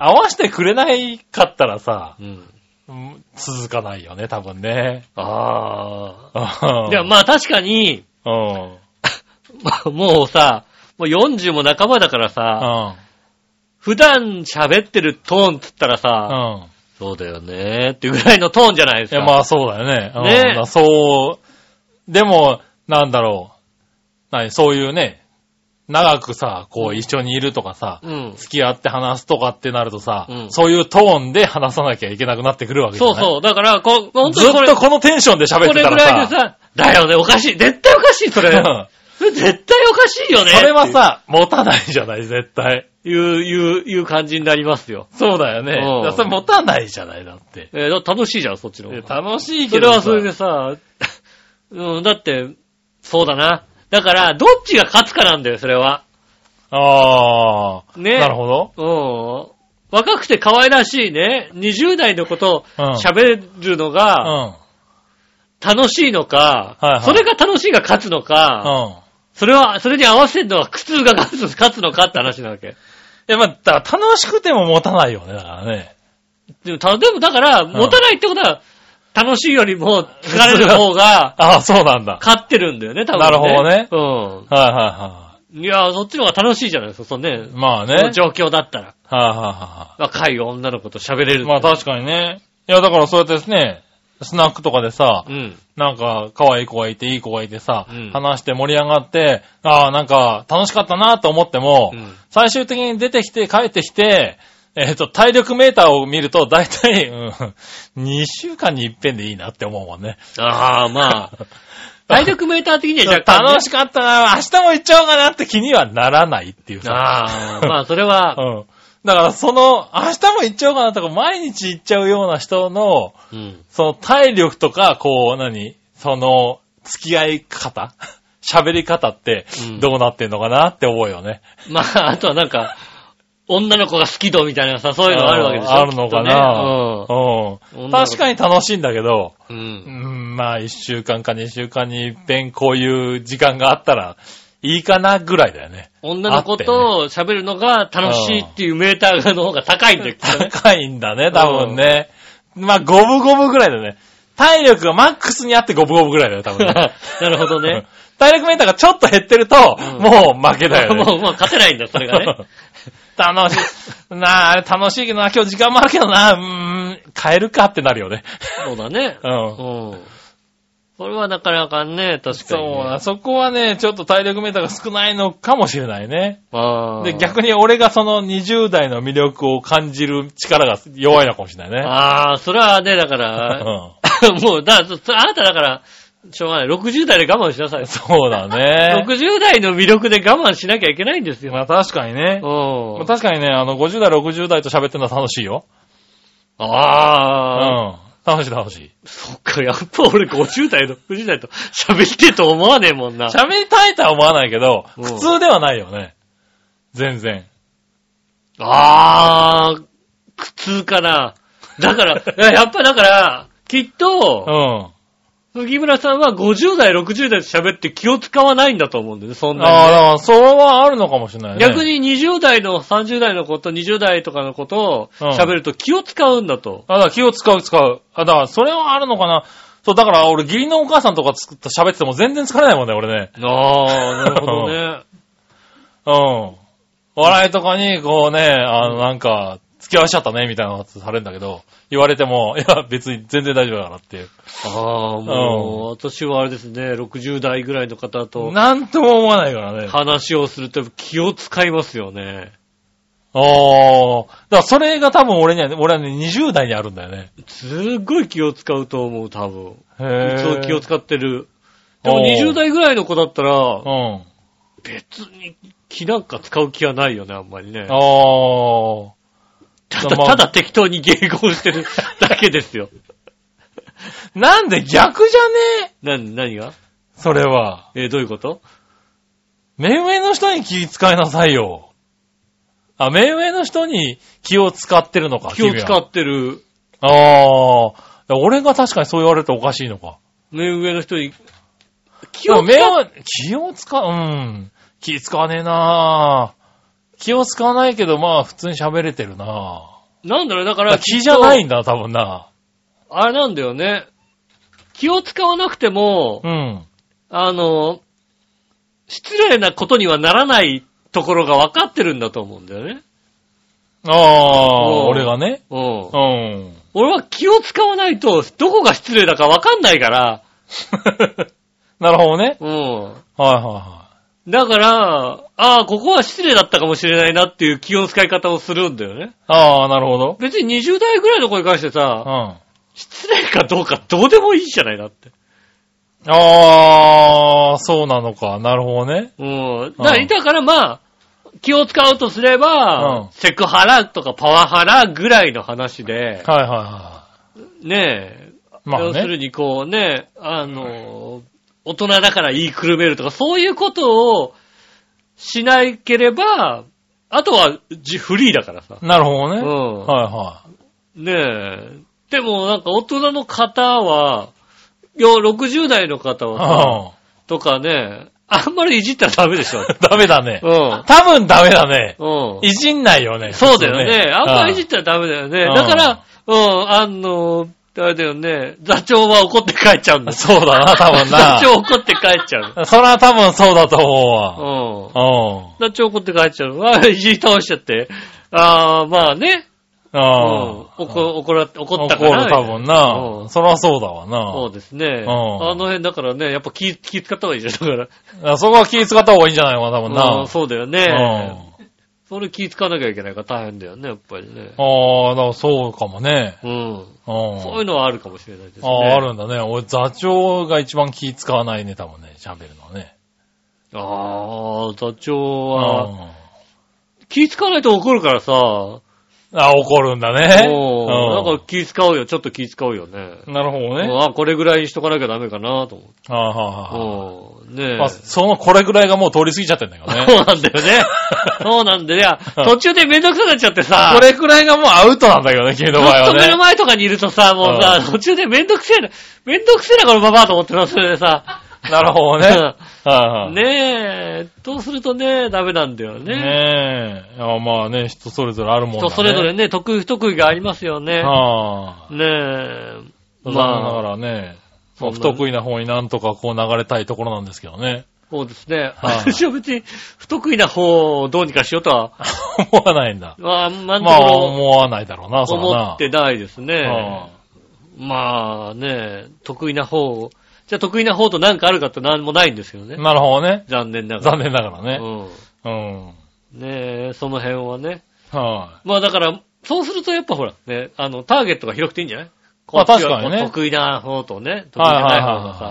C: 合わせてくれないかったらさ、
B: う。うん。
C: うん続かないよね、多分ね。
B: ああ。
C: い
B: でもまあ確かに、
C: うん。
B: まあ もうさ、もう40も半ばだからさ、
C: うん。
B: 普段喋ってるトーンっつったらさ、
C: うん。
B: そうだよねーっていうぐらいのトーンじゃないです
C: い
B: か。
C: や、まあそうだよね。うん
B: ね
C: だからそう、でも、なんだろう。何、そういうね、長くさ、こう一緒にいるとかさ、
B: うん。
C: 付き合って話すとかってなるとさ、
B: うん
C: そういうトーンで話さなきゃいけなくなってくるわけじゃ
B: そ
C: な
B: う
C: い
B: そう。だから、こ、本当
C: ず
B: に
C: っ
B: これ
C: とこのテンションで喋
B: こ
C: って
B: れ
C: た
B: ぐ
C: ら
B: らい
C: さ
B: で、さ、だよね、おかしい。絶対おかしい、それ。それ絶対おかしいよ
C: うん
B: ね。
C: それはさ、持たないじゃない、絶対。
B: っていう、いう、いう感じになりますよ。
C: そうだよね。だ
B: うん
C: からそれ持たないじゃない、だって。
B: えーだ楽しいじゃん、そっちの
C: い
B: 方
C: や
B: が。
C: 楽しい
B: そ
C: け
B: れ
C: ど
B: は
C: さ。
B: それでさ、うん、だって、そうだな。だから、どっちが勝つかなんだよ、それは。
C: ああ。
B: ね
C: なるほど。
B: うん。若くて可愛らしいね、20代のこと
C: うん
B: 喋るの
C: う
B: が
C: ん。
B: 楽しいのか、
C: はいはい
B: それが楽しいが勝つのか、
C: うん。
B: それは、それに合わせるのは苦痛が勝つ勝つのかって話なわけ。
C: いや、まあ、だから楽しくても持たないよね、だからね。
B: でも、たでもだから、持たないってことは、楽しいよりも疲れる方が
C: ああ、そうなんだ。
B: 勝ってるんだよね、多分、ね。
C: なるほどね
B: どね。
C: はいは
B: うん。いや、そっちの方が楽しいじゃないですか、そうね
C: いはい。。まあね。
B: そ
C: は
B: の
C: い
B: 状況だったら。
C: はいは
B: 若い女の子と喋れ
C: いはい。
B: る。
C: まあ確かにね。いや、だからそうやってですね、スナックとかでさ、
B: うん。
C: なんか、可愛い子がいて、いい子がいてさ、
B: うん
C: 話して盛り上がって、ああ、なんか、楽しかったなと思っても、
B: うん
C: 最終的に出てきて、帰ってきて、えっ、と、体力メーターを見ると、だいたい、うん、2週間に一遍でいいなって思うもんね。
B: ああ、 まあ。体力メーター的には若干、ね。
C: 楽しかったな明日も行っちゃおうかなって気にはならないっていうさ。
B: ああ、まあ、それ
C: う
B: は、
C: ん。だから、その、明日も行っちゃおうかなとか、毎日行っちゃう ような人の、
B: うん。
C: その体力とか、こう、何その、付き合い方 喋り方って
B: うん、
C: どうなってんのかなって思うよね。
B: まあ、あとはなんか、女の子が好き度みたいなさ、そういうのがあるわけでしょ。
C: あるのかな、
B: きっとね
C: うん
B: 女の子
C: 確かに楽しいんだけど、
B: うん。う
C: う
B: ん。
C: ん、まあ、一週間か二週間に一遍こういう時間があったら、いいかなぐらいだよね。
B: 女の子と喋るのが楽しいっていうメーターの方が高いんだよ、きっとね。
C: 高いんだね、多分ね。まあ、五分五分ぐらいだね。体力がマックスにあって五分五分ぐらいだよ、多分ね。
B: なるほどね。
C: 体力メーターがちょっと減ってると、
B: うん
C: もう負けだ よね。
B: もう、もう勝てないんだ、それがね。
C: 楽しい。なあ、あれ楽しいけどな、今日時間もあるけどな、うーん、変えるかってなるよね。
B: そうだね。
C: う。
B: うんん。それはなかなかね、確かにね、
C: そう、あそこはね、ちょっと体力メーターが少ないのかもしれないね。
B: あー
C: で、逆に俺がその20代の魅力を感じる力が弱いのかもしれないね。
B: ああ、それはね、だか
C: う
B: ら、
C: ん
B: もう、だから、そあなただから、しょうがない。60代で我慢しなさい。
C: そうだ ね。
B: 60代の魅力で我慢しなきゃいけないんですよ。
C: まあ確かにね。ま
B: う
C: あ
B: ん。
C: 確かにね、あの、50代、60代と喋ってるのは楽しいよ。う
B: ああ、
C: ん。楽しい楽しい。
B: そっか、やっぱ俺50代、60代と喋ってと思わねえも んな。
C: 喋りたいとは思わないけど、
B: うん
C: 普通ではないよね。全然。
B: ああ、苦痛かな。だ から、いややっぱだから、きっ
C: う
B: と、
C: ん。
B: 杉村さんは50代、60代と喋って気を使わないんだと思うんだよね、そんなにね
C: ああ、だから、それはあるのかもしれないね。
B: 逆に20代の30代の子と20代とかの子と
C: うん
B: 喋ると気を使うんだと。
C: あ、だから気を使う、使う。あ、だから、それはあるのかな。そう、だから、俺、義理のお母さんとか作った喋ってても全然疲れないもんね、俺ね。
B: ああ、なるほど ね。
C: うん。笑いとかに、こうね、あの、なんか、付き合わしちゃったね、みたいなことされるんだけど、言われても、 いや、別に全然大丈夫だからっていう。
B: ああ、もう、私はあれですね、60代ぐらいの方と
C: なんとも思わないからね。
B: 話をすると気を使いますよね。
C: ああ。だから、それが多分俺には、俺はね、20代にあるんだよね。
B: すっごい気を使うと思う、多分。
C: へ
B: い
C: え。
B: つも気を使ってる。でも
C: おー
B: 20代ぐらいの子だったら、
C: うん。
B: 別に気なんか使う気はないよね、あんまりね。
C: ああ。
B: ただ、
C: まあ
B: ただ適当に迎合してる だけですよ。
C: なんで逆じゃね
B: な、
C: え
B: 何が
C: それは。
B: えーどういうこと
C: 目上の人に気使いなさいよ。あ、目上の人に気を使ってるのか。
B: 気を
C: 君
B: 使
C: は
B: ってる
C: ああ。俺が確かにそう言われるとおかしいのか。
B: 目上の人に、気
C: でも
B: を
C: 目
B: 使っ
C: を、気を使う、うん。気使わねえな気を使わないけど、まあ、普通に喋れてるな
B: なんだろう、だから、
C: 気じゃない
B: きっ
C: んだ、多分な。
B: とあれなんだよね。気を使わなくても、
C: うん。
B: あの、失礼なことにはならないところが分かってるんだと思うんだよね。
C: ああ、
B: うん
C: 俺がね。
B: うん
C: う。ん。
B: 俺は気を使わないと、どこが失礼だか分かんないから、
C: なるほどね。
B: うん。
C: はいはいは
B: だから、ああ、ここは失礼だったかもしれないなっていう気の使い方をするんだよね
C: い。。ああ、なるほど。
B: 別に20代ぐらいの子に関してさ、
C: うん。
B: 失礼かどうかどうでもいいじゃないなって。
C: ああ、そうなのか。なるほどね。
B: うん。だから
C: うん
B: だからまあ、気を使うとすれば、
C: うん
B: セクハラとかパワハラぐらいの話で、
C: はいはいは
B: ねえ、
C: い。まあ
B: 要す
C: ね。
B: るにこうね、あの、大人だから言いくるめるとか、そういうことをしなければ、あとはじフリーだからさ。
C: なるほど
B: う
C: ね。
B: ん。
C: はいはい。
B: ねえ。でもなんか大人の方は、いや、60代の方はさ、
C: あ
B: とかね、あんまりいじったらダメでし ょ。
C: ダメだね
B: う。ん。
C: 多分ダメだね。
B: うん。
C: いじんないよね。
B: そうだよね。あんまりいじ
C: っ
B: ったらダメだよね。
C: うん
B: だから、うん、あの、あれだよね。座長は怒って帰っちゃうんだ。
C: そうだな、多分
B: 座
C: な。
B: 長怒って帰っちゃう。
C: それは多分そうだと思うわ。
B: うん。
C: うん。
B: 座長怒って帰っちゃう。ああ、いじり倒しちゃって。ああ、まあね。うん。
C: ああ。
B: 怒怒ら怒ったか
C: 怒
B: ら。
C: る、多分
B: う
C: な。
B: ん
C: そらそうだわ
B: そう
C: な。
B: ですね。
C: うん
B: あの辺だからね、やっぱ気、気使った方がいいじゃん。だから。
C: あそこは気使った方がいいんじゃないのかな、多
B: う
C: 分
B: ん
C: な。
B: そうだよね。それ気使わなきゃいけないから大変だよね、やっぱりね。
C: うん。ああ、だからそうかもね。
B: うん。
C: うん。
B: そういうのはあるかもしれないですね。
C: ああ、あるんだね。俺、座長が一番気使わないね、多分ね、喋るのはね。
B: ああ、座長
C: う
B: は、
C: ん
B: 気使わないと怒るからさ、
C: あ、怒るんだね。
B: もう
C: う
B: なんか気使うよ、ちょっと気使うよね。
C: んなるほどね。
B: あこれぐらいにしとかなきゃダメかなと思って
C: はあはあはあ
B: うん。ねえ。
C: まあ、そのこれぐらいがもう通り過ぎちゃってんだけど
B: そ
C: ね。
B: うなんだよね。そうなんだよ。いや途中でめんどくさくなっちゃってさ、
C: これくらいがもうアウトなんだけどね、君
B: ず
C: の
B: っ
C: 場合は
B: と目の
C: ね。
B: 前とかにいるとさ、もうさ、途中でめんどくせえな、めんどくせえな、このババアと思ってますよね、さ。
C: なるほどね。はいはい
B: ねえ、とするとね、ダメなんだよね。
C: ねえ。あまあね、人それぞれあるもんだね。
B: 人それぞれね、得意不得意がありますよね。
C: はあ。
B: ねえ。
C: まあ、だか
B: まあ、
C: らね、
B: そ
C: まあ
B: んな
C: 不
B: ね
C: 得意な方になんとかこう流れたいところなんですけどね。
B: そうですね。
C: はい
B: 私は別に不得意な方をどうにかしようとは、
C: 思わないんだ。
B: まあ、あんまんと
C: まあ、
B: こ
C: 思わないだろうな、
B: ろ
C: そらな。
B: 思ってないです
C: うん
B: ね。まあね、得意な方を、じゃあ得意な方と何かあるかって何もないんですよね。
C: なるほどね。
B: 残念ながら。
C: 残念ながらね。うん。
B: うん。ねえ、その辺はね。
C: は
B: まあだから、そうするとやっぱほら、ね、あの、ターゲットが広くていいんじゃない
C: まあ確かにね
B: こっちは得意な方とね、得意じ
C: はい
B: ゃ
C: は
B: ないい
C: はい
B: 方
C: はい
B: とさ、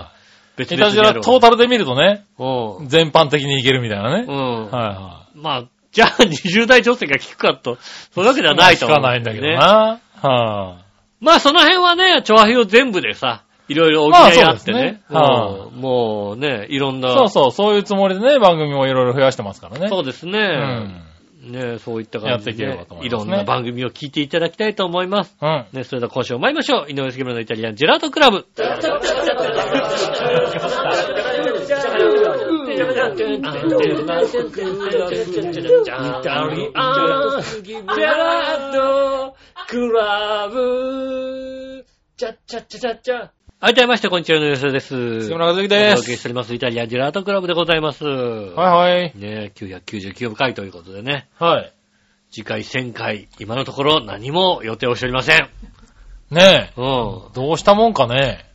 C: い。
B: 別
C: い
B: 々
C: た
B: に
C: じ
B: や
C: ら
B: ろう
C: トータルで見るとね、
B: うん。
C: 全般的にいけるみたいなね。
B: うん。
C: はいは。
B: まあ、じゃあ20代女性が聞くかと、そういうわけではいないと
C: 聞
B: 思う、
C: かないんだけど
B: ね。
C: な。は
B: まあその辺はね、調和表全部でさ、いろいろ補い合ってね。
C: まあそうですね
B: うんもうね、いろん
C: い。
B: な。
C: そうそう、そういうつもりでね、番組もいろいろ増やしてますからね。
B: そううです
C: う
B: ね。
C: ん。
B: ねそういった感じで、
C: やっていければと思い
B: い
C: ます
B: ろ
C: ね
B: んな番組を聞いていただきたいと思います。
C: うん。
B: ね、それでは今週も参りましょう。井上杉村のイタリアンジェラートクラブ。はい、どうもまして、こんにちは、井上杉です。
C: 杉村和之
B: お
C: で
B: 届けし
C: す。
B: ております。イタリアンジェラートクラブでございます。は
C: はいはい。
B: ね999回ということでね、
C: はい。
B: 次回1000回、今のところ何も予定をしておりません。
C: ねえ。
B: うん。
C: どうしたもんかね。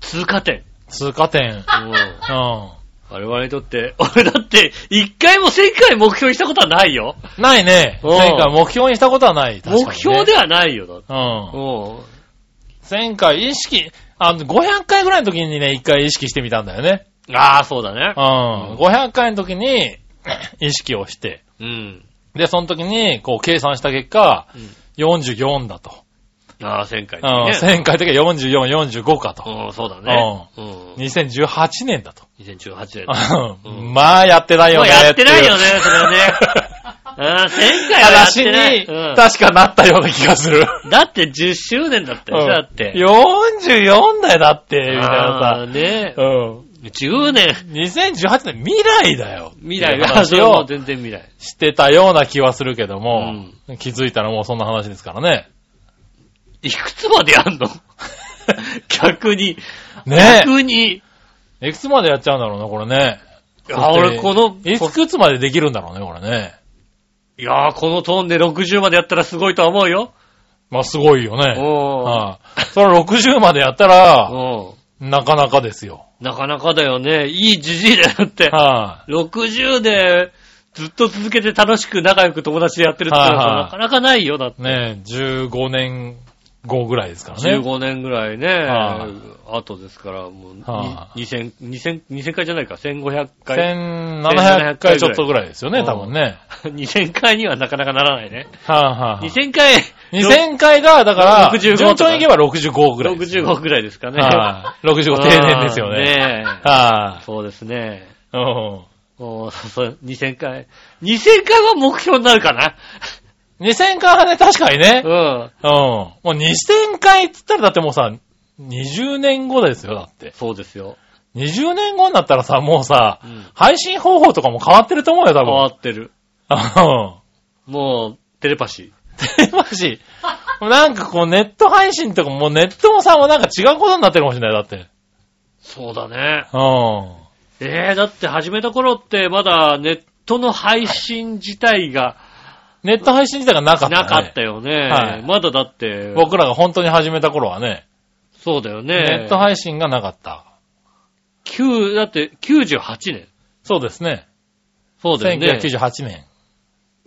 B: 通過点。
C: 通過点。
B: うん。
C: う
B: 我々にとって、 俺だって、一回も1000回目標にしたことはないよ。
C: ん。ないね。
B: うん
C: 前回目標にしたことはない。確かにね
B: 目標ではないよ、だって。
C: うん
B: う。ん。
C: 前回意識、あの、500回ぐらいの時にね、一回意識してみたんだよね。
B: ああ、そうだね
C: う。ん。500回の時に 意識をして、
B: うん。
C: で、その時に、こう、計算した結果、44だと。
B: ああ、1000回
C: うん。
B: ね。
C: 1000回的には44、45かと。
B: うん、そうだね。うん。
C: 2018年だと。
B: 2018年。
C: うんまあ、やってないよ
B: もう
C: ね。
B: やってないよね、
C: ってう
B: それはね。うん、1000回はやっ
C: 話
B: てない。
C: に
B: う、ん
C: 確かなったような気がする。
B: だって10周年だったよ、だって。
C: 44だよ、だって、みたい
B: ああ
C: な
B: ね
C: さ。。うん。
B: 10年。
C: 2018年、未来だよ。
B: 未来
C: っていう
B: が、そ
C: 話
B: れはも
C: を
B: う全然未来。
C: してたような気はするけども、気づいたらもうそんな話ですからね。
B: いくつまでや んの逆に。
C: ね
B: 逆に。
C: え。いくつまでやっちゃうんだろうな、これね。
B: いや、俺この、
C: いくつまでできるんだろうね、これね。
B: いやー、このトーンで60までやったらすごいとは思うよ。
C: まあ、すごいよね。
B: おー
C: はい。それ60までやったら、
B: お
C: なかなかですよ。
B: ーなかなかだよね。いいじじいだよだって。
C: は
B: 60で、ずっと続けて楽しく仲良く友達でやってるってこと
C: はいはい
B: はなかなかないよ、だって。
C: い。ねえ、15年後ぐらいですからね。
B: 15年ぐらいね、
C: はい
B: 後ですから、もう、に
C: は
B: 2000、2000、2000回じゃないか、1500回。
C: 1700回ちょっとぐらいですよね、多分ね。
B: 2000回にはなかなかならないね。
C: はいはい。
B: 2000回、
C: 2000回が、だから、
B: 65
C: 順調にいけば65ぐらいですよ。
B: 65ぐらいですかね。
C: はい。65定 年ですよね。
B: ねえ
C: は
B: そうですね。
C: い。うん。
B: おーそう2000回。2000回は目標になるかな。
C: 2000回はね、確かにね。
B: う
C: う
B: ん。
C: ん。もう2000回って言ったらだってもうさ、20年後ですよ、だって。
B: そうですよ。
C: 20年後になったらさ、もうさ、
B: うん
C: 配信方法とかも変わってると思うよ、多
B: 変わ
C: 分。
B: ってる。
C: あ
B: もう、テレパシ
C: の、テレパシー。なんかこうネット配信とかもうネットもさ、もうなんか違うことになってるかもしれない、だって。
B: ー。そうだね。
C: うん。
B: ええだって始めた頃ってまだネットの配信自体が
C: ネット配信自体がなかった、ね。
B: なかったよね。
C: はい
B: まだだって、
C: 僕らが本当に始めた頃はね、
B: そうだよね。
C: ネット配信がなかった。
B: 9、だって98年。
C: そうですね。
B: そうだよね。
C: 1998年。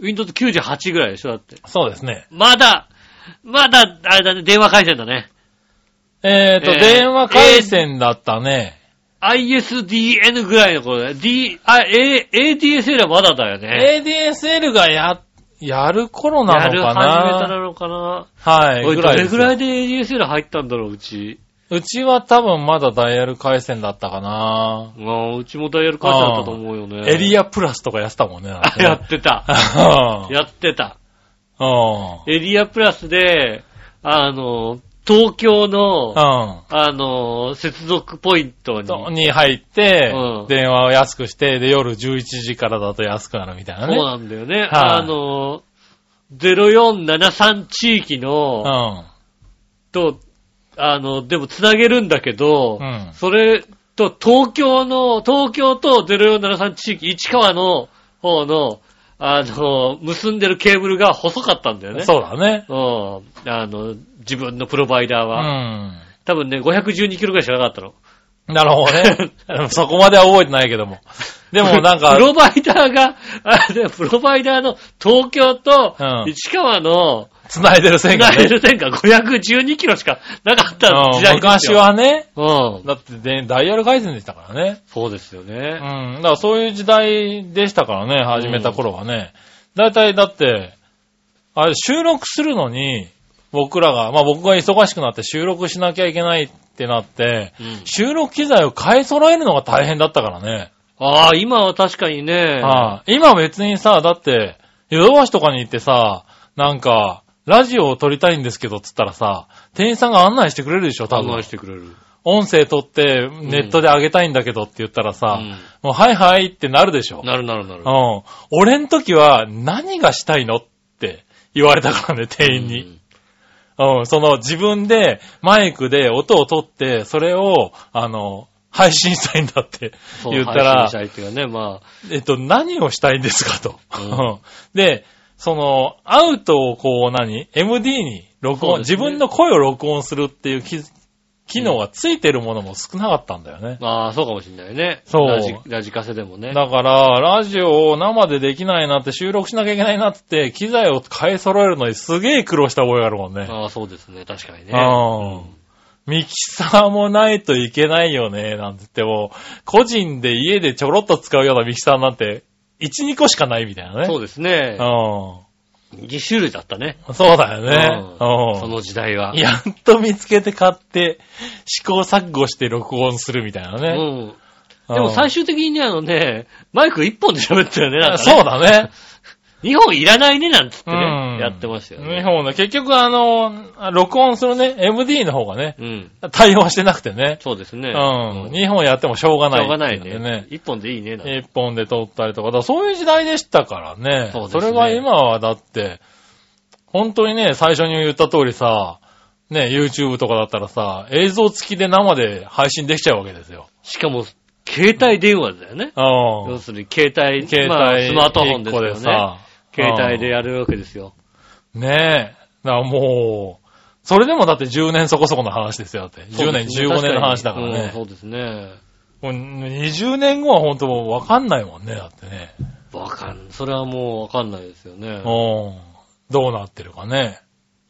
B: Windows 98ぐらいでしょだって。
C: そうですね。
B: まだ、まだ、あれだね、電話回線だね。
C: えっ、と、
B: えー
C: 電話回線だったね。
B: ISDN ぐらいの頃だね。D、あ、A、ADSL はまだだよね。
C: ADSL がや、やる頃な
B: や
C: の
B: る
C: か
B: 始めた
C: な
B: なのかな。
C: はい。
B: おい、どれぐらい
C: です
B: で ADSL 入ったんだろう、うち。
C: うちは多分まだダイヤル回線だったかな、
B: まあ、うちもダイヤル回線だったと思うよね。
C: エリアプラスとかやってたもんね。なんか
B: あ、
C: ね
B: やってた。
C: うん
B: やってた。
C: うん。
B: エリアプラスで、あの、東京の、
C: うん
B: あの、接続ポイントに。
C: と。に入って、
B: うん
C: 電話を安くして、で、夜11時からだと安くなるみたいな
B: そう
C: ね。
B: なんだよね。
C: はい
B: あの、0473地域の、と、あの、でも繋げるんだけど、
C: うん
B: それと東京の、東京と0473地域、市川の方の、あの、結んでるケーブルが細かったんだよ
C: うん。
B: ね。
C: そうだね。
B: うん。あの、自分のプロバイダー
C: う
B: は。
C: ん。
B: 多分ね、512キロぐらいしかなかったの。
C: なるほどね。 うんそこまでは覚えてないけども。でもなんか
B: プ、ロバイダーが、あれ、プロバイダーの東京と
C: うん
B: 市川の、
C: 繋いでる
B: つ
C: 線が
B: な
C: ね、
B: げる線が512キロしかなかった時
C: う
B: 代
C: ん
B: です
C: 昔
B: よ。
C: はね、
B: は。うん。
C: だってでダイヤル回線でしたからね。
B: そうですよ
C: うん。
B: ね。
C: だからそういう時代でしたからね、始めた頃はね。だいたいだって、あれ収録するのに、僕らが、まあ僕が忙しくなって収録しなきゃいけないってなって、
B: うん
C: 収録機材を買い揃えるのが大変だったからね。
B: ああ、今は確かにね。
C: はい今別にさ、だって、ヨドバシとかに行ってさ、なんか、ラジオを撮りたいんですけどっつったらさ、店員さんが案内してくれるでしょ、多
B: 案内
C: 分
B: し。てくれる。
C: 音声撮って、ネットで上げたいんだけどって言ったらさ、
B: うん
C: もうはいはいってなるでしょ。
B: なるなるなる
C: う。ん。俺ん時は何がしたいのって言われたからね、店員に。うん、その自分でマイクで音を取って、それを、あの、配信したいんだって
B: そう
C: 言ったら、
B: 配信者っていうかね、ま
C: えっと、何をしたいんですかと。
B: うん
C: で、その、アウトをこう何 ?MD に録
B: そう
C: 音、
B: ですね
C: 自分の声を録音するっていう機機能がついてるものも少なかったんだよね
B: あ、。まあ、そうかもしんないね。
C: そう
B: ラジ、ラジカセでもね。
C: だから、ラジオを生でできないなって収録しなきゃいけないなって、機材を買い揃えるのにすげえ苦労した覚えがあるもんね。
B: ああ、そうですね。確かにね。
C: うんミキサーもないといけないよね、なんて言っても、個人で家でちょろっと使うようなミキサーなんて、1、2個しかないみたいなね。
B: そうですね。
C: う
B: 2種類だったね。
C: ん。そうだよね。
B: うんそうの時代は
C: ん。。やっと見つけて買って、試行錯誤して録音するみたいな
B: う
C: ね。
B: ん。でも最
C: 初、
B: 終的にね、あのね、マイク1本で喋ったよね、なんかね
C: そうだね。
B: 2本いらないね、なんつって
C: うん
B: ね、やってましたよ
C: 日
B: ね。
C: 本ね、結局あの、録音するね、MD の方がね、
B: うん。
C: 対応してなくてね。
B: そうですね。
C: う。
B: うんん
C: 2本やってもしょうがない
B: しょうがない
C: ってうんで
B: ね。一本でいいね。なんて
C: 一本で撮ったりとか、だからそういう時代でしたからね。
B: そうです
C: そ
B: ね
C: れが今はだって、本当にね、最初に言った通りさ、ね、YouTube とかだったらさ、映像付きで生で配信できちゃうわけですよ。
B: しかも、携帯電話だよね。
C: う
B: 要
C: ん。
B: するに、携帯、
C: 携帯、
B: まあスマートフォンですよね。
C: 一個さ
B: 携帯でやるわけですよ。
C: うんねえ。だからもう、それでもだって10年そこそこの話ですよ、だって。
B: そう
C: 10年、
B: ですね
C: 15年の話だから
B: うん
C: ね。
B: そうですね。
C: もう20年後は本当もうわかんないもんね、だってね。
B: わかん、それはもうわかんないですよね
C: うん。。どうなってるかね。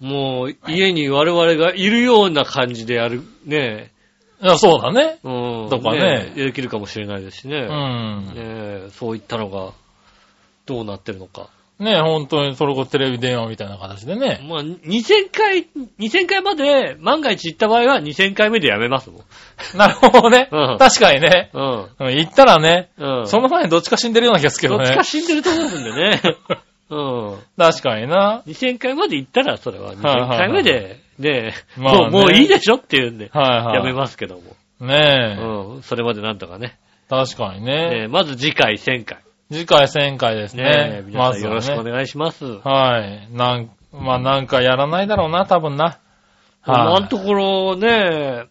B: もう、家に我々がいるような感じでやる、ね
C: いやそうだね。
B: うん。
C: とかね
B: できるかもしれないですし
C: う
B: ね。
C: ん。
B: ねそういったのが、どうなってるのか。
C: ねえ、本当に、それこそテレビ電話みたいな形でね。
B: まあ、2000回、2000回まで、万が一行った場合は2000回目でやめますもん。
C: なるほどね。
B: うん
C: 確かにね。
B: うん。
C: うん行ったらね、
B: うん。
C: その前にどっちか死んでるような気がするけ
B: ど
C: ど
B: っ
C: ね。
B: ちか死んでると思うんで ね。うん。
C: 確かにな。
B: 2000回まで行ったら、それは2000
C: はいはいはい
B: 回目で、ね、
C: まあね
B: もう、もういいでしょっていうんで、
C: はいはい。
B: やめますけども。
C: ねえ。
B: うん。それまでなんとかね。
C: 確かにね。
B: えーまず次回1000回。
C: 次回1000回です
B: ね
C: ね。
B: え皆
C: ま
B: さん
C: ず
B: よ
C: は
B: ろしくお
C: ね。
B: 願いします。
C: はい。なん、まあなんかやらないだろうな、多分な。
B: 今のところね、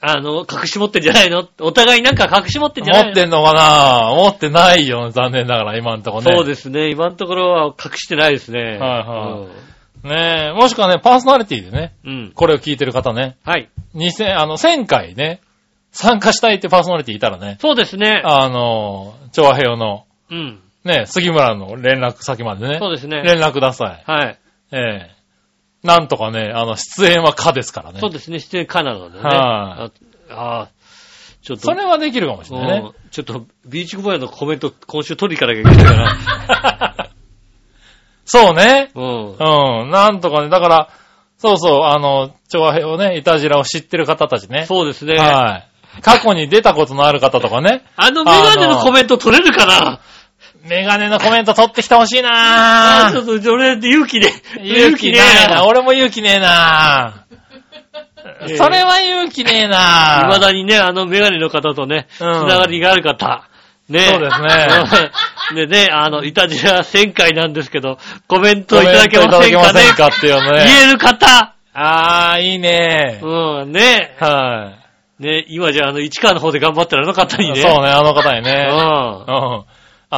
B: あの、隠し持ってんじゃないのお互いなんか隠し持ってんじゃないの
C: 持ってんのかな持ってないよ、残念ながら、今のところね。
B: そうですね。今のところは隠してないですね。
C: はいねえ、もしくはね、パーソナリティでね、
B: うん。うん。
C: これを聞いてる方ね、
B: はい。
C: 2000、あの、1000回ね、参加したいってパーソナリティいたらね、
B: そうですね。
C: あの、調和平和の、
B: うん。
C: ね、杉村の連絡先までね
B: そ、うですね。
C: 連絡ください。
B: はい。
C: ええなんとかね、あの、出演は可ですからね。
B: そうですね。出演可なのでね。
C: は
B: ああー、ちょっと。
C: それはできるかもしれないね。
B: うんちょっと、ビーチボーイのコメント今週取りに行かなきゃいけない から。
C: そうね。
B: うん。
C: うん、なんとかね、だから、そうそう、あの、調和平をね、いたじらを知ってる方たちね。
B: そうですね。
C: はい。過去に出たことのある方とかね。
B: あのメガネのコメント取れるかな
C: メガネのコメント取ってきてほしい
B: あ
C: な
B: あ、ちょ
C: ぁ。
B: っと、俺、 勇気で。
C: 勇気ねえな。
B: ね
C: 俺も勇気ねえな
B: ええ
C: ぁ。それは勇気ねえなぁ。
B: 未だにね、あのメガネの方とね、つ
C: うん
B: ながりがある方。ね。
C: そうですね。
B: ね。でね、あの、いたじら1000回なんですけど、コメントいただけません
C: コ
B: か
C: メントい
B: ね
C: ただけませんかっていうね
B: 言える方
C: あー、いいね
B: うん、ね。
C: は
B: ね、今じゃあ、あの、市川の方で頑張ってるあの方
C: い。
B: にね。
C: そうね、あの方に
B: う。
C: ね。うんん。あ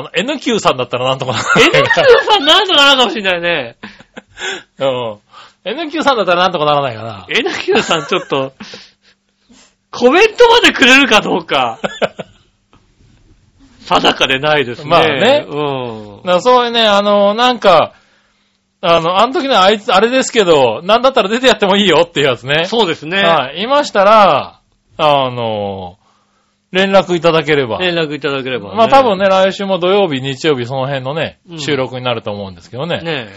C: の、NQ さんだったらなんとかなる
B: NQ さんなんとかなるかもしれないね。
C: うん。NQ さんだったらなんとかならないかな。
B: NQ さんちょっと、コメントまでくれるかどうか、定かでないですね。
C: まあね
B: うん
C: だ。からそういうね、あの、なんか、あの、あの時のあいつ、あれですけど、なんだったら出てやってもいいよっていうやつね。
B: そうですね。
C: はい。いましたら、あの、連絡いただければ。
B: 連絡いただければ、
C: まあ多分。ね、来週も土曜日、日曜日、その辺のね
B: う、ん
C: 収録になると思うんですけどね。
B: ね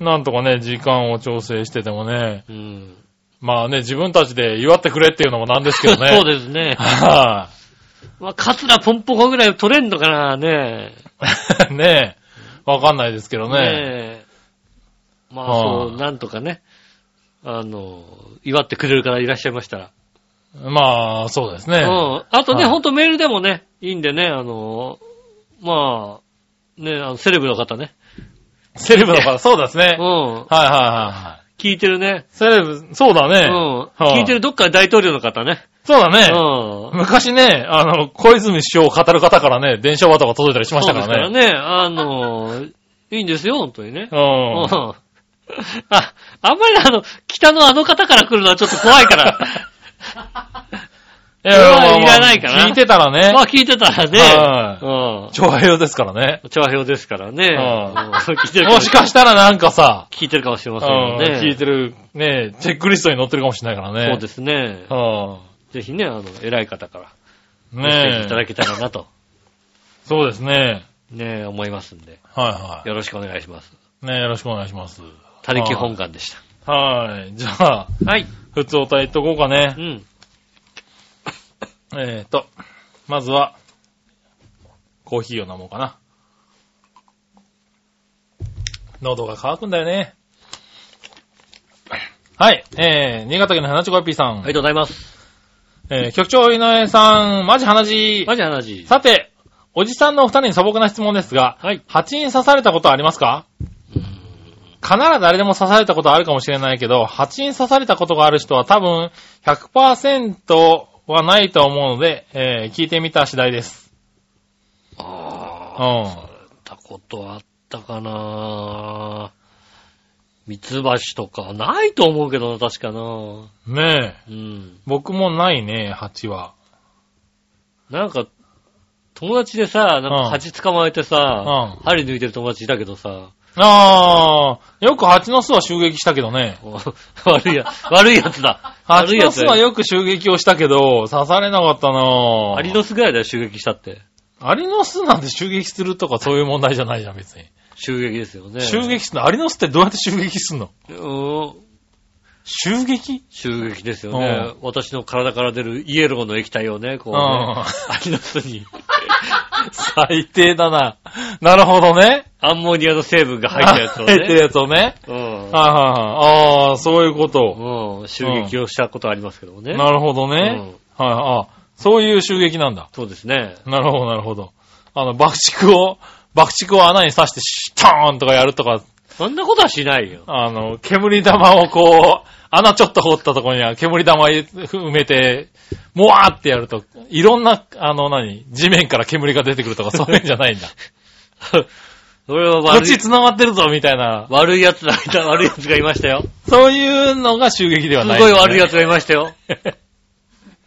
C: なんとかね、時間を調整しててもね、
B: え。うん。
C: まあね、自分たちで祝ってくれっていうのもなんですけどね。
B: そうですね。
C: は
B: まあ、カツラポンポコぐらい取れんのかなね
C: い。 ねえ。わかんないですけど
B: え。
C: ね。
B: ねえ。まあ、
C: はあ
B: そう、なんとかね。あの、祝ってくれるからいらっしゃいましたら。
C: まあ、そうですね。
B: うん。あとね、
C: はい
B: ほんとメールでもね、いいんでね、あの、まあ、ね、あの、セレブの方ね。
C: セレブの方、そうですね。
B: う
C: はい
B: ん。
C: はいはいはい。
B: 聞いてるね。
C: セレブ、そうだ
B: う
C: ね。
B: ん。
C: はい
B: 聞いてるどっか大統領の方ね。
C: そうだ
B: う
C: ね。
B: ん。
C: 昔ね、あの、小泉首相を語る方からね、電車話とか届いたりしましたから
B: そう
C: ね。
B: ですからね。あの、いいんですよ、本当にね。うん
C: う
B: あ、あんまりあの、北のあの方から来るのはちょっと怖いから。
C: ん。い
B: それは
C: まあまあ
B: いらないかな
C: 聞いてたらね
B: まあ、聞いてたらね、
C: は
B: う
C: い。長平ですからね。
B: ん。調和表ですからね。うん
C: うん
B: 聞いてる
C: もしかしたらなんかさ、
B: 聞いてるかもしれませんよ
C: うん
B: ね。
C: 聞いてる、ね、チェックリストに載ってるかもしれないからね。
B: そうですね。ぜひね、あの、偉い方から、
C: うん。
B: メッセージ
C: ね
B: いただけたらなと、
C: そうですね。
B: ね、思いますんで、
C: はいは
B: よろしくお願いします。
C: い。ねよろしくお願いします。
B: 他力本願でし
C: はい。じゃあ、
B: た。はい。
C: 普通お題いっとこうか
B: う
C: ね。
B: ん。
C: えーと、まずは、コーヒーを飲もうかな。喉が渇くんだよね。はい。えー、新潟県の花ちこやっぴーさん。
B: ありがとうございます。
C: えー、局長井上さん、マジ花じ
B: マジ話。
C: さて、おじさんのお二人に素朴な質問ですが、
B: はい。
C: 蜂に刺されたことはありますか必ず誰でも刺されたことはあるかもしれないけど、蜂に刺されたことがある人は多分100%はないと思うので、えー聞いてみた次第です。
B: あ
C: う
B: あ
C: ん。。あ
B: やったことあったかな三つ橋とか、ないと思うけどな、確かな
C: ねえ。
B: うん。
C: 僕もないね、蜂は。
B: なんか、友達でさ、なん
C: う
B: か
C: ん
B: 蜂捕まえてさ、
C: うん
B: 針抜いてる友達いたけどさ、
C: あー、よく蜂の巣は襲撃したけどね。
B: こう 悪いや、悪いやつだ。悪
C: 蜂
B: い
C: の
B: やつ
C: 巣
B: だ
C: は
B: よ。
C: よく襲撃をしたけど、刺されなかったなぁ。
B: アリの巣ぐらいだよ、襲撃したって。
C: アリの巣なんて襲撃するとかそういう問題じゃないじゃん、別に。
B: 襲撃ですよね。
C: 襲撃するのアリの巣ってどうやって襲撃するの
B: うーん。
C: 襲撃
B: 襲撃ですよね。私の体から出るイエローの液体をね、こうね、
C: うん
B: アリの巣に
C: 最低だな。なるほどね。
B: アンモニアの成分が入ったやつをね。
C: 入ってるやつをね。
B: うん
C: はいはいはい。ああ、そういうこと。
B: うん、襲撃をしたことありますけどもね。
C: なるほどね。はい、あ、そういう襲撃なんだ。
B: そうですね。
C: なるほど、なるほど。あの、爆竹を、爆竹を穴に刺して、シュッターンとかやるとか、
B: そんなことはしないよ。
C: あの、煙玉をこう、穴ちょっと掘ったところには煙玉入れ埋めて、もわーってやると、いろんな、あの何、地面から煙が出てくるとか、そういうんじゃないんだ。
B: それは
C: こ っ
B: 悪い
C: ち、繋がってるぞ、みたいな。
B: 悪い奴がいた、悪い奴がいましたよ。
C: そういうのが襲撃では
B: す
C: ない、
B: ごい悪い奴がいましたよ。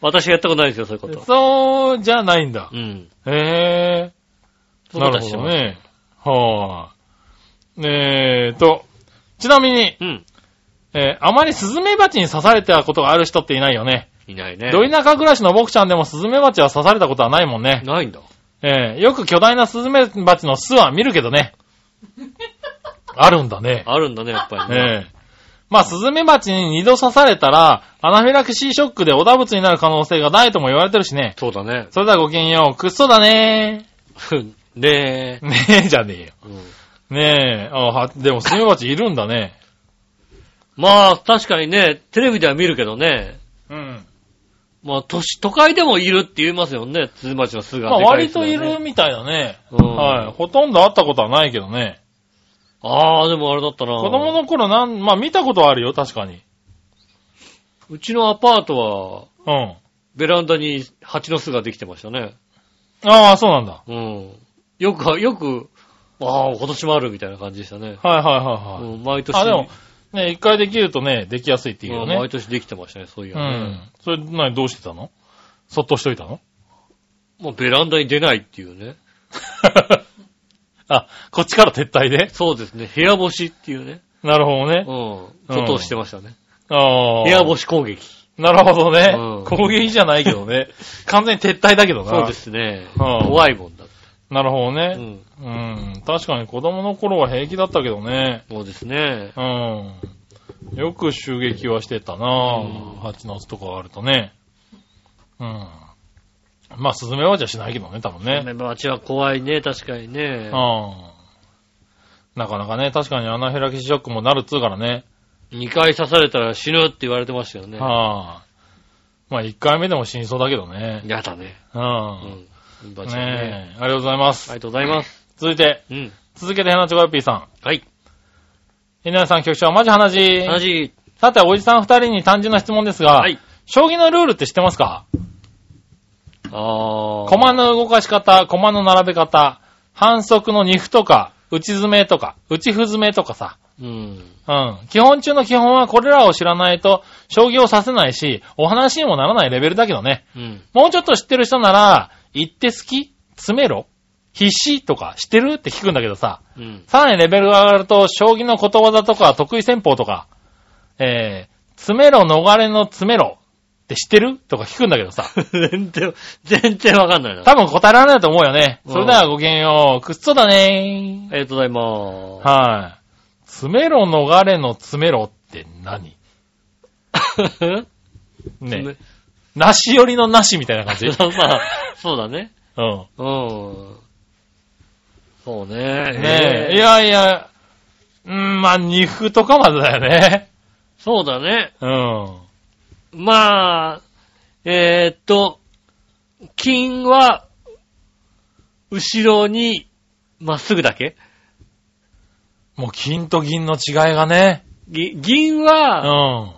B: 私やったことないですよ、そういうこと。
C: そうじゃないんだ
B: う。ん。
C: へえ。
B: そう
C: な
B: いうこと
C: る
B: は
C: ほ
B: して
C: ど
B: ます。
C: ね。はぁ、えーと、ちなみに、
B: うん。
C: えーあまりスズメバチに刺されたことがある人っていないよね。
B: いないね。
C: ど田舎暮らしの僕ちゃんでもスズメバチは刺されたことはないもんね。
B: ないんだ。
C: えーよく巨大なスズメバチの巣は見るけど ね。あるんだね。
B: あるんだね、やっぱりね。
C: ええまあ、スズメバチに二度刺されたら、アナフィラキシーショックでおだぶつになる可能性がないとも言われてるしね。
B: そうだね。
C: それではごきげんよう。くっそだね
B: ね
C: ー。ねえ、じゃねえよ。
B: え。うん
C: ねえ、あは、でもスズメバチいるんだね。
B: まあ、確かにね、テレビでは見るけどね。
C: うん。
B: まあ、都市、都会でもいるって言いますよね、鈴町の巣が。
C: まあ、
B: でかい
C: 割
B: 巣が
C: と
B: ね
C: いる。みたいだね。
B: うん
C: はい。ほとんど会ったことはないけどね。
B: ああ、でもあれだったな。
C: 子供の頃なん、まあ見たことはあるよ、確かに。
B: うちのアパートは、
C: うん。
B: ベランダに蜂の巣ができてましたね。
C: ああ、そうなんだ。
B: うん。よく、よく、ああ、今年もあるみたいな感じでしたね。
C: はいはいはいはい。
B: うん、毎年。
C: あ、でも、ね、一回できるとね、できやすいっていうよ
B: うん
C: ね
B: 毎。年できてましたね、そういう
C: う
B: のね。
C: ん。それ、なにどうしてたのそっとしといたの
B: もうベランダに出ないっていう ね。
C: あ、こっちから撤退で
B: そうですね、部屋干しっていうね。
C: なるほど
B: う
C: ね
B: ん。。ことをしてましたね。
C: ああ。
B: 部屋干し攻撃。
C: なるほどね。
B: うん
C: 攻撃じゃないけどね。完全に撤退だけどな。
B: そうで。すね。
C: うん
B: 怖いもんだって。
C: なるほどね。
B: うん。
C: うん、確かに子供の頃は平気だったけどね。
B: そうですね。
C: うん。よく襲撃はしてたなぁ。蜂の巣とかがあるとね。うん。まあ、スズメバチはしないけどね、多分ね。
B: ね、街は怖いね、確かにね。
C: うん。なかなかね、確かにアナフィラキシーショックもなるっつうからね。
B: 2回刺されたら死ぬって言われてましたよね。
C: はあ。まあ、1回目でも死にそうだけどね。
B: やだね。
C: う。
B: うんん。バチはね。
C: ねえ、ありがとうございます。
B: ありがとうございます。
C: 続いて、
B: うん。
C: 続けて、ヘナチョコヨッピーさん。
B: はい。
C: 稲田さん、局長、マジ話。
B: 同じ。
C: さて、おじさん二人に単純な質問ですが、
B: はい。
C: 将棋のルールって知ってますか
B: あー。
C: 駒の動かし方、駒の並べ方、反則の二歩とか、打ち詰めとか、打ち歩詰めとかさ。
B: うん。
C: うん。基本中の基本はこれらを知らないと、将棋をさせないし、お話にもならないレベルだけどね。
B: うん。
C: もうちょっと知ってる人なら、言って好き詰めろ必死とか、知ってるって聞くんだけどさ。
B: うん。
C: さらにレベルが上がると、将棋のことわざとか、得意戦法とか、えー、詰めろ逃れの詰めろって知ってるとか聞くんだけどさ。
B: 全然、全然わかんないな。
C: 多分答えられないと思うよね。それではごきげんよう。くっそだね
B: ありがとうございま
C: はい。詰めろ逃れの詰めろって何
B: す。
C: ね。なし寄りのなしみたいな感じ
B: まあ、そうだね。
C: うん。
B: うん。そうね。
C: ね
B: え
C: え。
B: ー
C: いやいや、うん、まあ、二歩とかまでだよね。
B: そうだね。
C: うん。
B: まあ、えーっと、金は、後ろに、まっすぐだけ
C: もう金と銀の違いがね。
B: ぎ銀
C: う
B: は、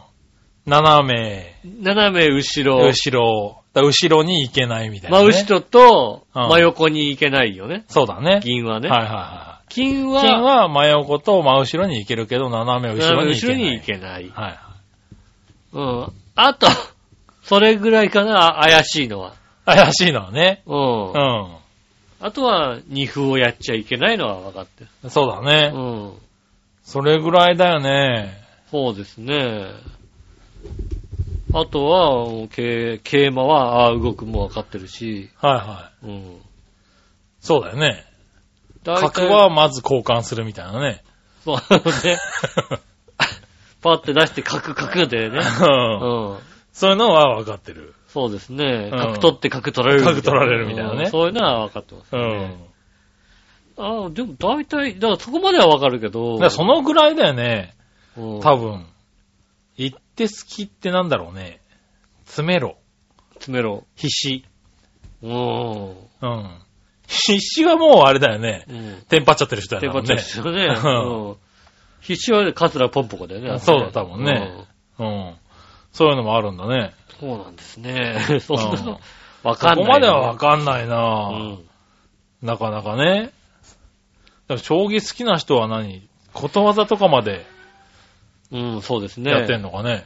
C: ん。斜め。
B: 斜め後ろ。
C: 後ろ、だから後ろに行けないみたいな、
B: 真
C: ね。
B: 後ろと、
C: うん
B: 真横に行けないよね。
C: そうだね。
B: 銀はね。
C: はいはいは
B: 金
C: い。
B: は、
C: 金は真横と真後ろに行けるけど、斜め後
B: 斜め
C: ろに行け
B: 後
C: な
B: ろ
C: い。
B: に行けない。
C: はいはい。
B: うん。あと、それぐらいかな、怪しいのは。
C: 怪しいのはね。
B: うん。
C: う
B: あとは、二歩をやっちゃいけないのは分かってる。
C: ん。そうだね。
B: うん。
C: それぐらいだよね。
B: そうですね。あとは、もうけ桂馬は、ああ、動くも分かってるし、
C: はいはい。
B: うん。
C: そうだよね。
B: 大体
C: 角は、まず交換するみたいなね。
B: そうね。パって出して、角、角でね。う
C: うん
B: ん。
C: そういうのは分かってる。
B: そうですね。
C: うん
B: 角取って角取られるみたいな。
C: 角取られるみたいなね
B: うんそういうのは分かってます。
C: うん。
B: ああ、でも大体、だからそこまでは分かるけど
C: だか、らそのぐらいだよね。
B: うん
C: 多分。行って好きってなんだろうね。詰めろ。
B: 詰めろ。
C: 必死。
B: うーん。
C: うん。必死はもうあれだよね。
B: うん。
C: テンパっちゃってる人だ
B: テ
C: よ
B: パ
C: ね。
B: チャですよね。
C: う
B: うん。必死はね、カツラポンポコだよね。
C: そうだ多分ねうん。そういうのもあるんだね。
B: うん。そうなんですね。 そんな
C: うん
B: の、わ
C: そ
B: かんない。
C: こまではわかんないうな、
B: ん。
C: なかなかね。だから将棋好きな人は何ことわざとかまで
B: うん、そうですね。
C: やってんのかね。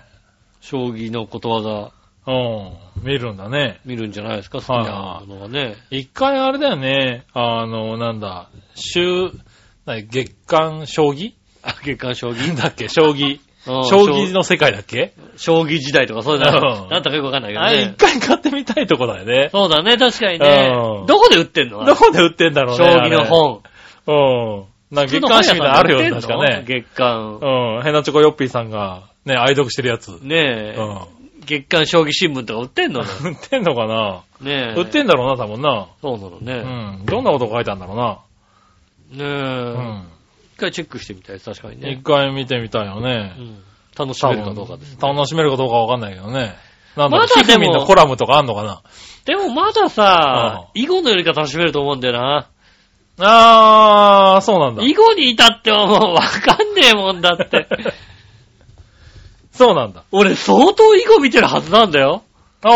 B: 将棋のことわざ
C: うん。見るんだね。
B: 見るんじゃないですか、好きなものがね。
C: 一回あれだよね。あの、なんだ、週、何月間将棋
B: あ月刊将棋。
C: なん だっけ将棋。
B: うん
C: 将棋の世界だっけ
B: 将棋時代とかそういうの、
C: うん
B: なんとかよくわかんないけど
C: あれ一
B: ね。
C: 回買ってみたいとこだよね。
B: そうだね、確かにね
C: う。ん
B: どこで売ってんの
C: どこで売ってんだろう
B: 将
C: ね。
B: 棋の本。
C: 本。うん。なんか月刊誌みたいなのあるよね、確かね。
B: 月刊。
C: うん。ヘナチョコヨッピーさんが、ね、愛読してるやつ。うん。
B: ねえ、
C: 売
B: 月刊将棋新聞とか売ってんのね
C: ってんのかな
B: ねえ。
C: 売ってんだろうな、多分な。
B: そうなの
C: う
B: ね。
C: ん。どんなことが書いてあるんだろうな。
B: ねえ、
C: うん。
B: 一回チェックしてみたいです、確かに
C: 一
B: ね。
C: 回見てみたいよ
B: う
C: ね。
B: ん、楽しめるかどうかです。
C: 楽しめるかどうかわかんないけどね。なん
B: ま
C: だろう、
B: だでも
C: ひふみんのコラムとかあんのかな
B: でもまださ、囲碁のよりか楽しめると思うんだよな。
C: あー、そうなんだ。
B: 囲碁に至ってはもうわかんねえもんだ って。
C: そうなんだ。
B: 俺相当囲碁見てるはずなんだよ。
C: あ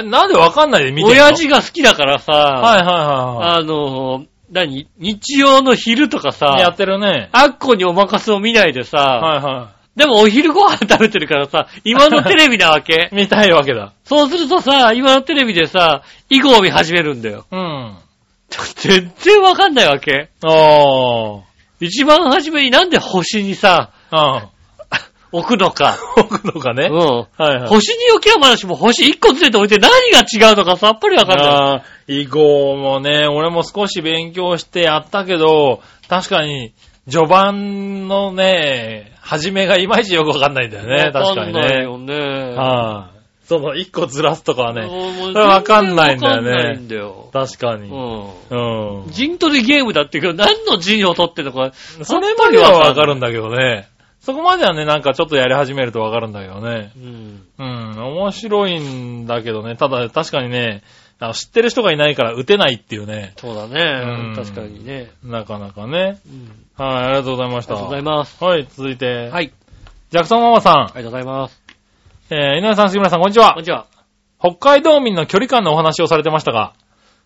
C: ー、えなんでわかんないで見てるの
B: 親父が好きだからさ、
C: はいはいはいは
B: あの、何日曜の昼とか
C: い。やっ
B: さ、
C: てるね。
B: あっこにおまかせを見ないでさ、
C: はいは
B: でもお昼ご飯食べてるからさ、今のテレビなわけ
C: い。。見たいわけだ。
B: そうするとさ、今のテレビでさ、囲碁を見始めるんだよ。
C: うん。
B: 全然わかんないわけ。
C: あ
B: 一番初めになんで星にさ、
C: ー。うん。
B: 置くの か。
C: 僕とか
B: う
C: ね。
B: ん。
C: はいはい。
B: 星に置きはまだしも星1個ずれて置いて何が違うのかさっぱりわかんない。
C: ああ、囲碁もね、俺も少し勉強してやったけど、確かに、序盤のね、始めがいまいちよくわかんないんだよね、確か
B: わ
C: に
B: かんない
C: ね。
B: よね。
C: はい。その一個ずらすとかはね、
B: もう
C: それわかんないんだよね
B: 全然わかんないんだよ。
C: 確か
B: う
C: に。うん
B: ん。。陣取りゲームだって言うけど、何の陣を取ってんのか。
C: それまではわかるんだけどね。そこまではね、なんかちょっとやり始めるとわかるんだけどね。
B: うん。
C: うん、面白いんだけどね。ただ、確かにね、あの知ってる人がいないから打てないっていうね。
B: そうだ
C: う
B: ね。
C: ん
B: 確かにね。
C: なかなかね。
B: うん。
C: はい、ありがとうございまし
B: ありが
C: た。
B: とうございます。
C: はい、続いて。
B: はい。
C: ジャクソンママさ
B: ありがとうございます。
C: ん。えー、井上さん、杉村さん、こんにち
B: こん
C: は
B: に。ちは。
C: 北海道民の距離感のお話をされてましたが、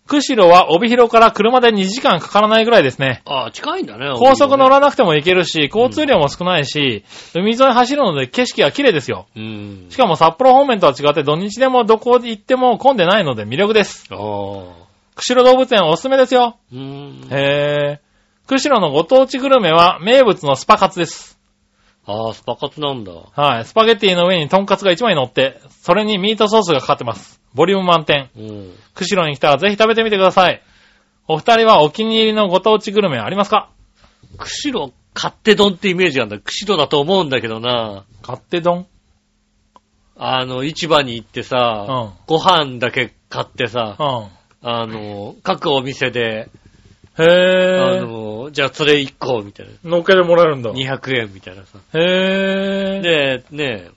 C: 釧路は帯広から車で2時間かからないぐらいですね。
B: ああ、近いんだね。
C: 高速乗らなくても行けるし、交通量も少ないし、海沿い走るので景色が綺麗ですよ。
B: うん。
C: しかも札幌方面とは違って土日でもどこ行っても混んでないので魅力です。
B: ああ。
C: 釧路動物園おすすめですよ。
B: うん。
C: へー。釧路のご当地グルメは名物のスパカツです。
B: ああ、スパカツなんだ。
C: はい。スパゲッティの上にトンカツが1枚乗って、それにミートソースがかかってます。ボリューム満点。
B: うん。
C: 釧路に来たらぜひ食べてみてください。お二人はお気に入りのご当地グルメありますか
B: 釧路勝手丼ってイメージなんだ。釧路だと思うんだけどな。
C: 勝手丼
B: あの、市場に行って
C: う
B: さ、
C: ん。うん。
B: ご飯だけ買ってさ、あの、各お店で、あ
C: へー。
B: の、じゃあそれ1個、みたいな。
C: のっけでもらえるんだ。
B: 200円みたいなさ。
C: へー。
B: で、ね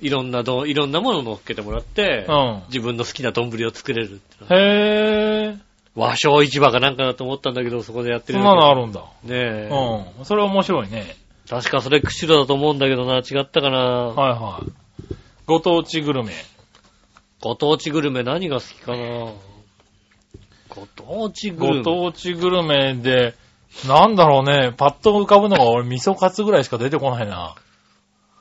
B: いろんなどん、いろんなものを乗っけてもらって、
C: うん
B: 自分の好きな丼を作れるってのは
C: へー。
B: 和食市場かなんかだと思ったんだけど、そこでやってる
C: そん
B: ん
C: な
B: だ
C: のあるんだ。
B: けど。ねえ、
C: うん。それ面白いね。
B: 確かそれ釧路だと思うんだけどな、違ったかな。
C: はいはい。ご当地グルメ。
B: ご当地グルメ何が好きかなご当地グル
C: ご
B: メ。
C: 当地グルメで、なんだろうね、パッと浮かぶのが俺、味噌カツぐらいしか出てこないな。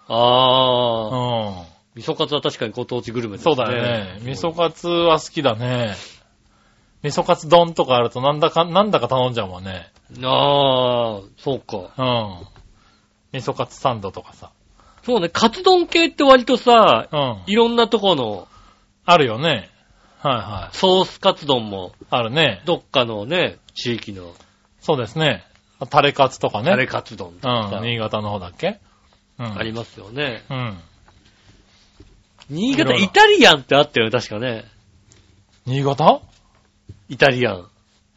B: ああ、
C: うん。
B: 味噌カツは確かにご当地グルメです
C: そ
B: ね。
C: うだよね。味噌カツは好きだね。味噌カツ丼とかあるとなんだか、なんだか頼んじゃうもんね。
B: ああ、そうか。
C: うん。味噌カツサンドとかさ。
B: そうね、カツ丼系って割とさ、
C: うん。
B: いろんなとこの
C: あるよね。はいは
B: ソースカツ丼も、
C: い。あるね。
B: どっかのね、地域の
C: そうですね。タレカツとかね。
B: タレカツ丼とかさ
C: うん。新潟の方だっけうん。
B: ありますよね。
C: うん。
B: 新
C: いろ
B: 潟、
C: いろ
B: イタリアンってあったよね、確かね。
C: 新潟
B: イタリアン。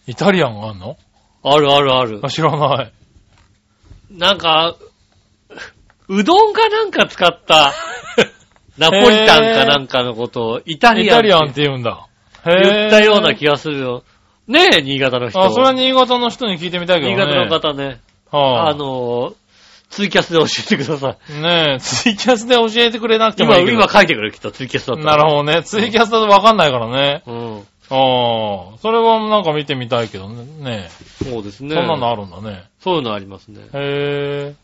C: イタリアンがあんの
B: あるあるある
C: あ。知らない。
B: なんか、うどんかなんか使った、ナポリタンかなんかのことをイタ
C: イ
B: リア
C: タ
B: ン
C: リアン
B: っ
C: っ
B: て
C: て言うんだ。へー
B: 言ったような気がするよ。ねえ、新潟の人。
C: あ、それは新潟の人に聞いてみたいけど
B: 新
C: ね。
B: 潟の方ね。
C: は
B: あ
C: あ、
B: の、ツイキャスで教えてください。
C: ねえ、ツイキャスで教えてくれなくても
B: 今、
C: いいけど。
B: 今書いてくれ、きっとツイキャスだった
C: なるほどね。ツイキャスだとわかんないからね。
B: ほど。うん。
C: ああ、それはなんか見てみたいけどね。ね
B: そうです
C: え。
B: ね。
C: そんなのあるんだね。
B: そういうのありますね。
C: へえ。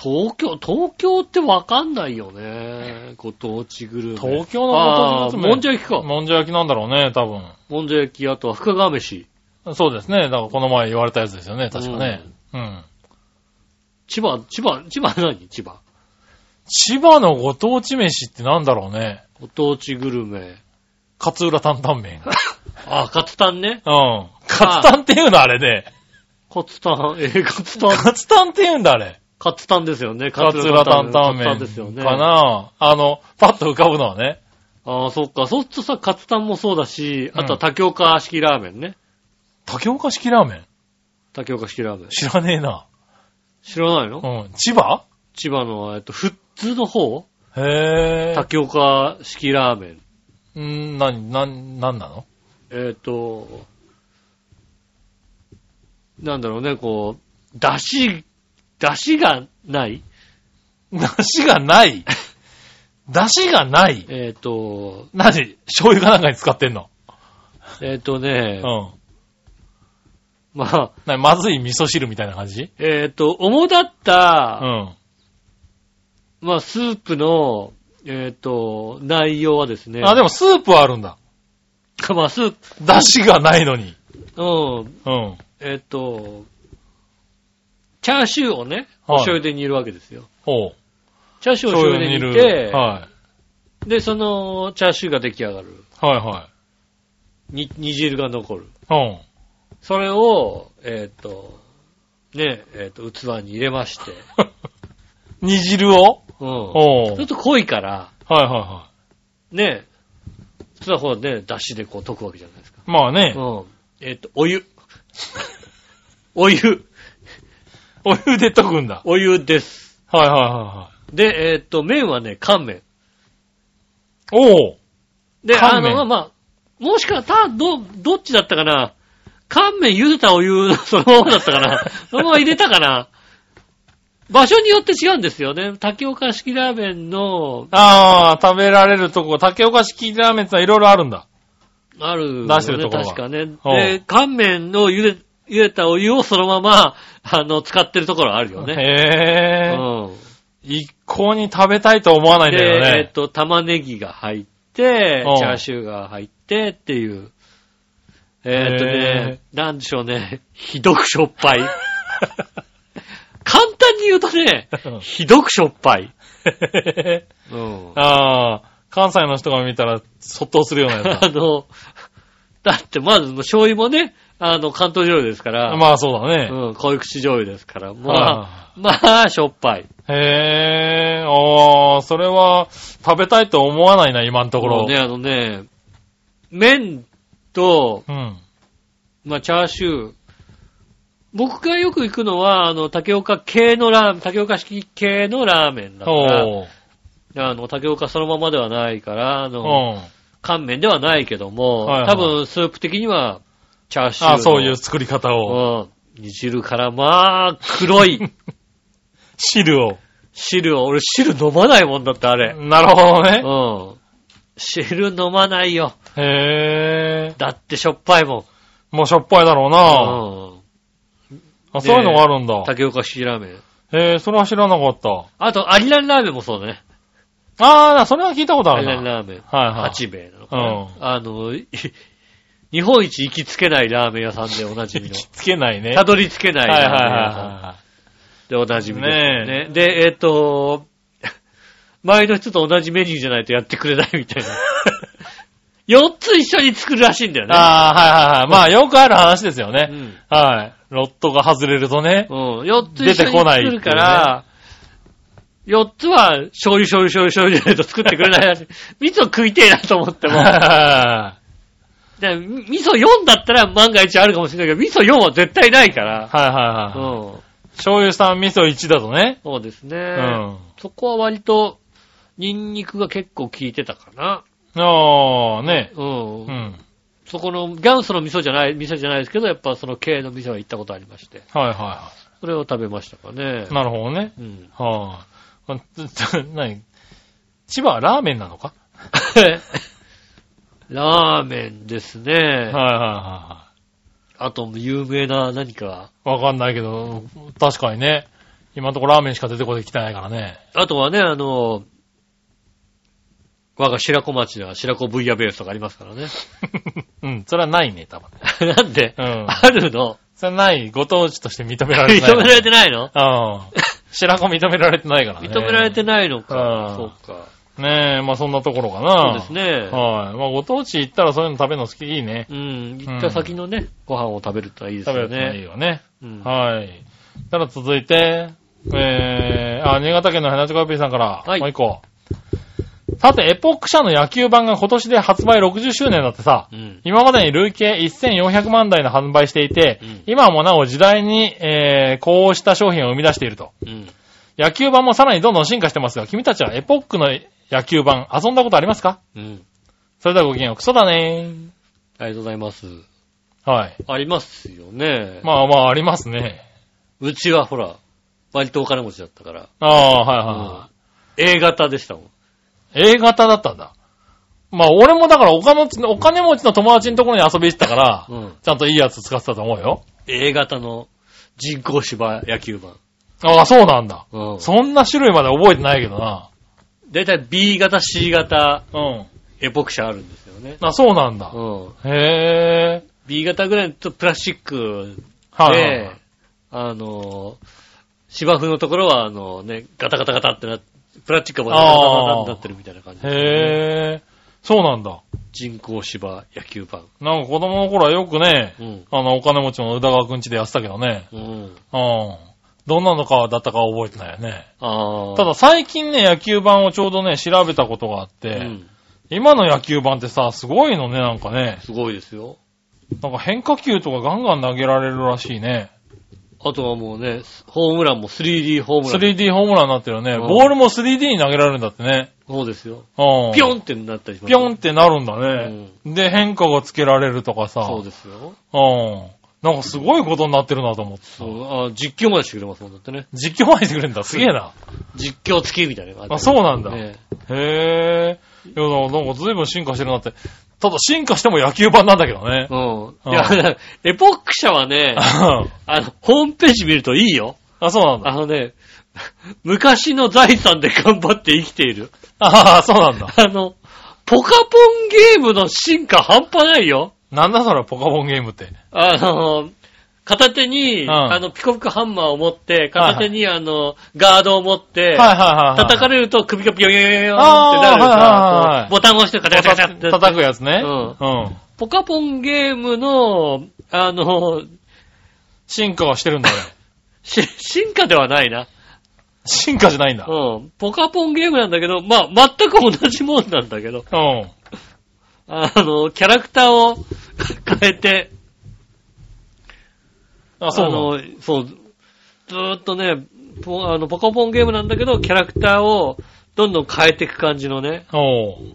B: 東京、東京ってわかんないよね。ご当地グルメ。
C: 東京の
B: あ
C: ご当
B: あ
C: 地
B: ー、
C: グルメ
B: もんじゃ焼きか。
C: もんじゃ焼きなんだろうね、多分。
B: もんじゃ焼き、あとは深川飯。
C: そうですね。だからこの前言われたやつですよね、確かね。うん。
B: 千葉、千葉、千葉何千葉。
C: 千葉のご当地飯ってなんだろうね。
B: ご当地グルメ。
C: 勝浦担 々麺。
B: あ、カツタンね。
C: うん。カツタンって言うのあれね。
B: カツタン、えー、カツタン。
C: カツタンって言うんだあれ。
B: カツタンですよね。
C: カツラ担
B: カツ
C: 々
B: タ
C: 麺
B: ンですよね。
C: かなあの、パッと浮かぶのはね。
B: ああ、そっか。そうするとさ、カツタンもそうだし、
C: うん
B: あとは多岡式ラーメンね。
C: 竹岡式ラーメン
B: 多岡式ラーメン。
C: 知らねえな。
B: 知らないの、
C: うん。千葉
B: 千葉の、えっと、普通の方
C: へえ。
B: 多岡式ラーメン。
C: うん、なに、なん、なんなの
B: えっ、と、なんだろうね、こう、だし、だしがない
C: 出汁がない。出汁がない。
B: えっ、と、
C: 何醤油かなんかに使ってんの
B: えっ、とね
C: う、ん。
B: まあ、
C: なまずい味噌汁みたいな感じ
B: えっ、と、主だっ
C: う
B: た、
C: ん。
B: まあ、スープの、えっ、と、内容はですね。
C: あ、でもスープはあるんだ。
B: も、まあ、スープ、
C: 出汁がないのに。
B: うん、
C: うん。
B: えっと、チャーシューをね、お
C: はい
B: 醤油で煮るわけですよ。
C: ほう。
B: チャーシューをお醤油で煮て、
C: は
B: で、そのチャーシューが出来上がる。
C: い。は
B: に煮汁が残る。
C: いはい。
B: それを、えっ、と、ね、えっ、と、器に入れまして、
C: うん。煮汁を
B: うん。
C: ほう。
B: ちょ
C: は
B: っ
C: い
B: と濃いから、
C: はいは
B: ね、普通はほらね、だしでこう溶くわけじゃないですか。
C: い。まあね
B: う、ん。えっ、と、お湯。 お湯。
C: お湯で溶くんだ。
B: お湯です。
C: はいはいは
B: で、えっ、と、麺はね、乾麺。
C: いはい。おう。
B: で、あ
C: 乾麺
B: の、まあ、もしかた、ど、どっちだったかな乾麺茹でたお湯、そのままだったか なそのまま入れたかな場所によって違うんですよね。竹岡式ラーメンの、
C: ああ、食べられるとこ、竹岡式ラーメンってのはいろいろあるんだ。
B: ある、
C: 出してるところが
B: 確かね。
C: ほう
B: で、乾麺の茹で、茹でたお湯をそのまま、あの、使ってるところあるよね。う
C: へえ、
B: ん。
C: 一向に食べたいと思わないんだよ
B: で、えっ
C: ね。
B: と、玉ねぎが入って
C: う、ん
B: チャーシューが入ってっていう。えっとね、なんでしょうね、 ひどくしょっぱい。 簡単に言うとね、 ひどくしょっぱい。 うん。あ
C: ああ、関西の人が見たら、そっとするようなやつだ。
B: の、だってまず醤油もね、あの、関東醤油ですから、
C: まあそうだね。
B: うん、濃い口醤油ですから、ま
C: は
B: あ、まあ、しょっぱい。
C: へえ、ああ、それは食べたいと思わないな、今のとこ
B: も
C: ろ。
B: うね、あのね、麺と、
C: うん。
B: まあ、チャーシュー。僕がよく行くのは、あの、竹岡系のラーメン、竹岡式系のラーメンだから、
C: おう。
B: あの、竹岡そのままではないから、あ
C: う
B: の、
C: ん。
B: 乾麺ではないけども、
C: はいはい
B: 多分スープ的には、チャーシューの。
C: あそういう作り方を。
B: うん。煮汁から、まあ、黒 い
C: 汁を。
B: 汁を、俺汁飲まないもんだって、あれ。
C: なるほど
B: う
C: ね。
B: ん。汁飲まないよ。
C: へえ。
B: だってしょっぱいもん。
C: もうしょっぱいだろうな。
B: う
C: あ、そういうのがあるんだ
B: ん。。竹岡式ラーメン。
C: へえ、それは知らなかった。
B: あと、アリランラーメンもそうだね。
C: ああ、それは聞いたこと
B: ア
C: ある
B: リ
C: な。
B: ランラーメン。
C: はいはい。
B: 八兵衛なのかな、あの、 い日本一行きつけないラーメン屋さんでおなじみ
C: 行
B: の
C: き。つけないね。
B: たどり着けない
C: はいは
B: ラ
C: い
B: ー
C: は
B: メン
C: い
B: 屋さん
C: は
B: でおなじみですよ
C: ね
B: ね。で、えっ、と、 前の人と同じメニューじゃないとやってくれないみたい な。4つ一緒に作るらしいんだよ
C: い。
B: ね。
C: ああ、はいはいはい。まあ、よくある話ですよ
B: う
C: ね。
B: ん。
C: はい。ロットが外れるとね
B: う。ん。4つ一緒に作るから、4つは醤油醤油醤油醤油じゃないと作ってくれないら しい。味噌食いてえなと思っても。
C: は
B: で味噌4だったら万が一あるかもしれないけど、味噌4は絶対ないか
C: い
B: ら。
C: はいうはい。
B: ん。
C: 醤油さん味噌1だとね。
B: そうですね。
C: うん。
B: そこは割と、ニンニクが結構効いてたかな。
C: ああ、ね。
B: うん。
C: うん。
B: そこの、元祖の味噌じゃない、味噌じゃないですけど、やっぱその系の店は行ったことありまして、
C: はいはいは
B: それを食べましたかね
C: い。。なるほどね。
B: うん。
C: はあ。なに千葉はラーメンなのか
B: ラーメンですね。
C: はいはいはいは
B: あと、有名な何か。
C: い。わかんないけど、確かにね。今のところラーメンしか出てこてきてないから ね。
B: あとはね、あの、我が白子町では白子ブイヤベースとかありますからね。
C: うん、それはないね、多分。
B: なんで、
C: うん
B: あるの
C: それはない、ご当地として認めら
B: 認
C: れ
B: め
C: てない。
B: られてないの
C: うん。白子認められてないからね。
B: 認められてないの
C: あ
B: か
C: あ。
B: そうか。
C: ねえ、まあそんなところかな。
B: そうですね。
C: はい。まあご当地行ったらそういうの食べるの好き、いいね。
B: うん。行った先のね、ご飯を食べるってのはいいです
C: 食べ
B: よ
C: るのいい
B: ね。
C: よね。
B: うん
C: はい。ただ続いて、えー、あ、新潟県のヘナチョコヨッピーさんから、
B: はい
C: もう一個。さて、エポック社の野球版が今年で発売60周年だってさ、
B: うん。
C: 今までに累計1400万台の販売していて、
B: うん
C: 今もなお時代に、えー、こうした商品を生み出していると。
B: うん。
C: 野球版もさらにどんどん進化してますが、君たちはエポックの野球版遊んだことありますか
B: うん。
C: それではごきげんよう。クソだね
B: ありがとうございます。
C: はい。
B: ありますよね。
C: まあまあ、ありますね。
B: うちはほら、割とお金持ちだったから。
C: ああ、はいはいはい。
B: A 型でしたもん。
C: A 型だったんだ。まあ、俺もだからお金持ちの、お金持ちの友達のところに遊びに行ってたから、
B: うん。
C: ちゃんといいやつ使ってたと思うよ。
B: A 型の人工芝野球盤。
C: ああ、そうなんだ。
B: うん。
C: そんな種類まで覚えてないけどな。
B: だいたい B 型、C 型、
C: うん。
B: エポク社あるんですよね。
C: あ、そうなんだ。
B: うん。
C: へえ。
B: B 型ぐらいのちょっとプラスチック
C: はいはい
B: で
C: はい。、
B: あの、芝生のところは、あのね、ガタガタガタってなっプラスチックがガタガタガタ
C: あー
B: になってるみたいな感じ、ね。
C: へえ。そうなんだ。
B: 人工芝野球盤。
C: なんか子供の頃はよくね、
B: うん。
C: あの、お金持ちの宇田川くんちでやってたけどね。
B: うん。
C: うん。どんなのかだったかは覚えてないよね。
B: ああ。
C: ただ最近ね、野球版をちょうどね、調べたことがあって、
B: うん。
C: 今の野球版ってさ、すごいのね、なんかね。
B: すごいですよ。
C: なんか変化球とかガンガン投げられるらしいね。
B: あとはもうね、ホームランも 3D ホームラン。
C: 3D ホームランになってるよね。
B: うん
C: ボールも 3D に投げられるんだってね。
B: そうですよ。
C: うん。
B: ピョンってなったりします
C: ピョンってなるんだね。で、変化がつけられるとかさ。
B: そうですよ。
C: うん。なんかすごいことになってるなと思ってさ
B: そ。う、あ実況までしてくれますもんだってね。
C: 実況前にしてくれるんだ。すげえな。
B: 実況付きみたいな感じ。
C: あそうなんだ
B: ね
C: へえ。いや、なんか随分進化してるなって。ただ進化しても野球版なんだけどね
B: う。ん。
C: うん
B: いや、エポック社はね、 あの、ホームページ見るといいよ。
C: あ、そうなんだ。
B: あのね、昔の財産で頑張って生きている。
C: ああ、そうなんだ。
B: あの、ポカポンゲームの進化半端ないよ。
C: なんだそれ、ポカポンゲームって。
B: あの、片手に、
C: うん
B: あの、ピコピコハンマーを持って、片手に、あの、ガードを持って、
C: はいはいはいはい。
B: 叩かれると首がビヨヨヨヨヨンってなる
C: あーはいはいはい
B: さ、こうボタンを押してカチャカチャカチャって。
C: 叩くやつね。
B: う
C: うんん。
B: ポカポンゲームの、あの、
C: 進化はしてるんだね。
B: し進化ではないな。
C: 進化じゃないんだ。
B: うん。ポカポンゲームなんだけど、まあ、全く同じもんなんだけど、
C: うん。
B: あの、キャラクターを 変えて、
C: あ、そうなんだ。
B: の、そう、ずーっとね、ポあのポカポンゲームなんだけど、キャラクターをどんどん変えていく感じのね、
C: おう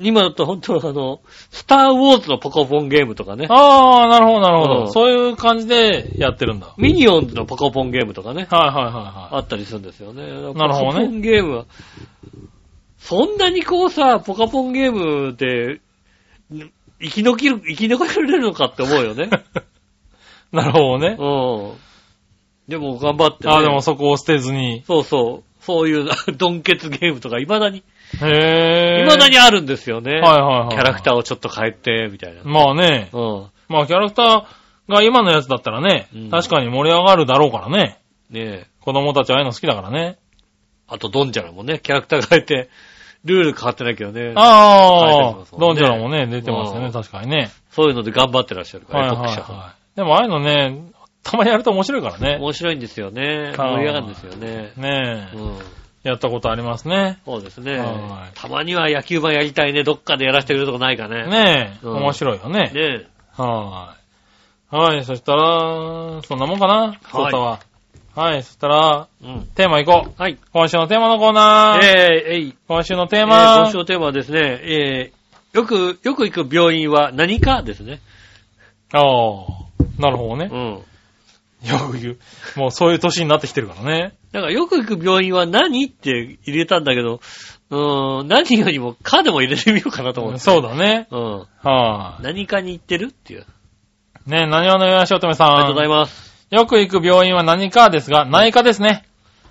B: 今だと本当あの、スターウォーズのポカポンゲームとかね、
C: ああ、なるほど、なるほ
B: うん
C: ど。そういう感じでやってるんだ。はい
B: ミニオンズのポカポンゲームとかね、
C: はいはい
B: あ
C: は
B: ったりするんですよね。
C: なるほどね
B: ポカポンゲームは、そんなにこうさ、ポカポンゲームで、ん生き残る、生き残れるのかって思う よね。
C: い。なるほどね。
B: うん。でも頑張って、ね。
C: ああ、でもそこを捨てずに。
B: そうそう。そういう、 ドンケツゲームとか、未だに、
C: へえ。
B: 未だにあるんですよね。
C: はいはいはい。
B: キャラクタ
C: ー。
B: ーをちょっと変えて、みたいな。
C: まあね。
B: うん。
C: まあキャラクターが今のやつだったらね
B: うん、
C: 確かに盛り上がるだろうからね。
B: ねえ。
C: 子供たちはああいうの好きだからね。
B: あと、ドンジャラもね、キャラクター変えて、ルール変わってないけどね。書い
C: あ
B: てま
C: あ
B: すもんね、
C: ドンジャラもね、出てますよ
B: うん
C: ね、確かにね。
B: そういうので頑張ってらっしゃるから、読者は
C: はい。でもああいうのね、たまにやると面白いからね。
B: 面白いんですよね。
C: はい
B: 盛り上がるんですよね。
C: ねえ、
B: うん。
C: やったことありますね。
B: そうですね
C: は。い
B: たまには野球盤やりたいね。どっかでやらせてくれるとこないかね。
C: ねえ、
B: うん
C: 面白いよ
B: ね
C: ね。
B: え。
C: はい。はい、そしたら、そんなもんかな、
B: い
C: そうたは。はい、そしたら、
B: うん。
C: テーマいこう。
B: はい。
C: 今週のテーマのコー
B: え
C: ナ
B: ー
C: ー。、
B: えい。
C: 今週のテ
B: え
C: ー
B: ー
C: マ
B: 今週のテーマはですね、えー、よく、よく行く病院は何かですね。
C: ああ、なるほどね
B: う。ん。
C: よく言う。もうそういう年になってきてるからね。
B: だからよく行く病院は何って入れたんだけど、うーん、何よりもかでも入れてみようかなと思って。
C: そうだね。
B: うん。
C: は
B: 何かに行ってるっていう。
C: い。ね、何話のよやしおとめさ
B: ありがとうござい
C: ん。
B: ます。
C: よく行く病院は何かですが、内科ですね。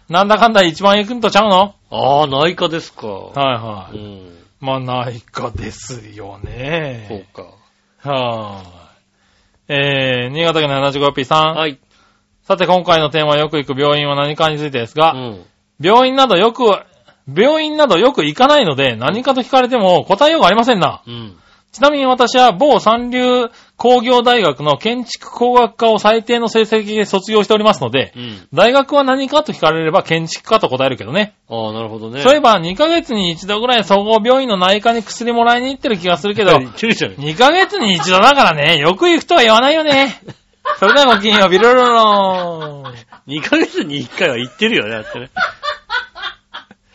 C: なんだかんだ一番行くんとちゃうの
B: ああ、内科ですか。
C: は
B: う
C: いはい。
B: ん。
C: まあ、内科ですよ
B: そ
C: ね
B: う。か。
C: はい。えー、新潟県の 75P さん。
B: はい。
C: さて今回のテーマはよく行く病院は何かについてです
B: う
C: が、
B: ん。
C: 病院などよく、病院などよく行かないので何かと聞かれても答えようがありませんな。
B: うん。
C: ちなみに私は某三流工業大学の建築工学科を最低の成績で卒業しておりますので
B: う、ん。
C: 大学は何かと聞かれれば建築家と答えるけどね。
B: ああ、なるほどね。
C: そういえば2ヶ月に一度ぐらい総合病院の内科に薬もらいに行ってる気がするけど、
B: 言ってるじゃん。
C: 2ヶ月に一度だからね、よく行くとは言わないよね。 それではごきげんよう、ビロロローン。
B: 2ヶ月に1回は行ってるよね、だ ってね。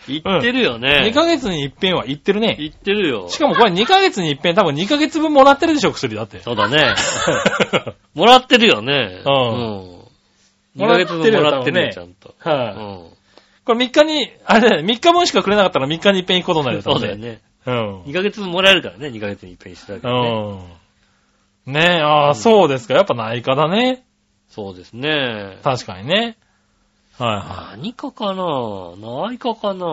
B: 行ってるよね。
C: 2ヶ月に一遍は行ってるね。
B: 行ってるよ。
C: しかもこれ2ヶ月に一遍、多分2ヶ月分もらってるでしょ、薬だって。
B: そうだね。もらってるよね。
C: うん
B: うん。2ヶ月分もらってるよ、ちゃんと。う
C: はい。
B: ん。
C: これ3日に、あれだよね、3日分しかくれなかったら3日に一遍行くことになる
B: そうだよ。ね。
C: 多分
B: 2ヶ月分もらえるからね、2ヶ月にいっぺんにしてたけ
C: う
B: どね。
C: ん。うん。ねえ、ああ、そうですか。やっぱ内科だね。
B: そうですね。
C: 確かにね。は
B: 何かかな内科かない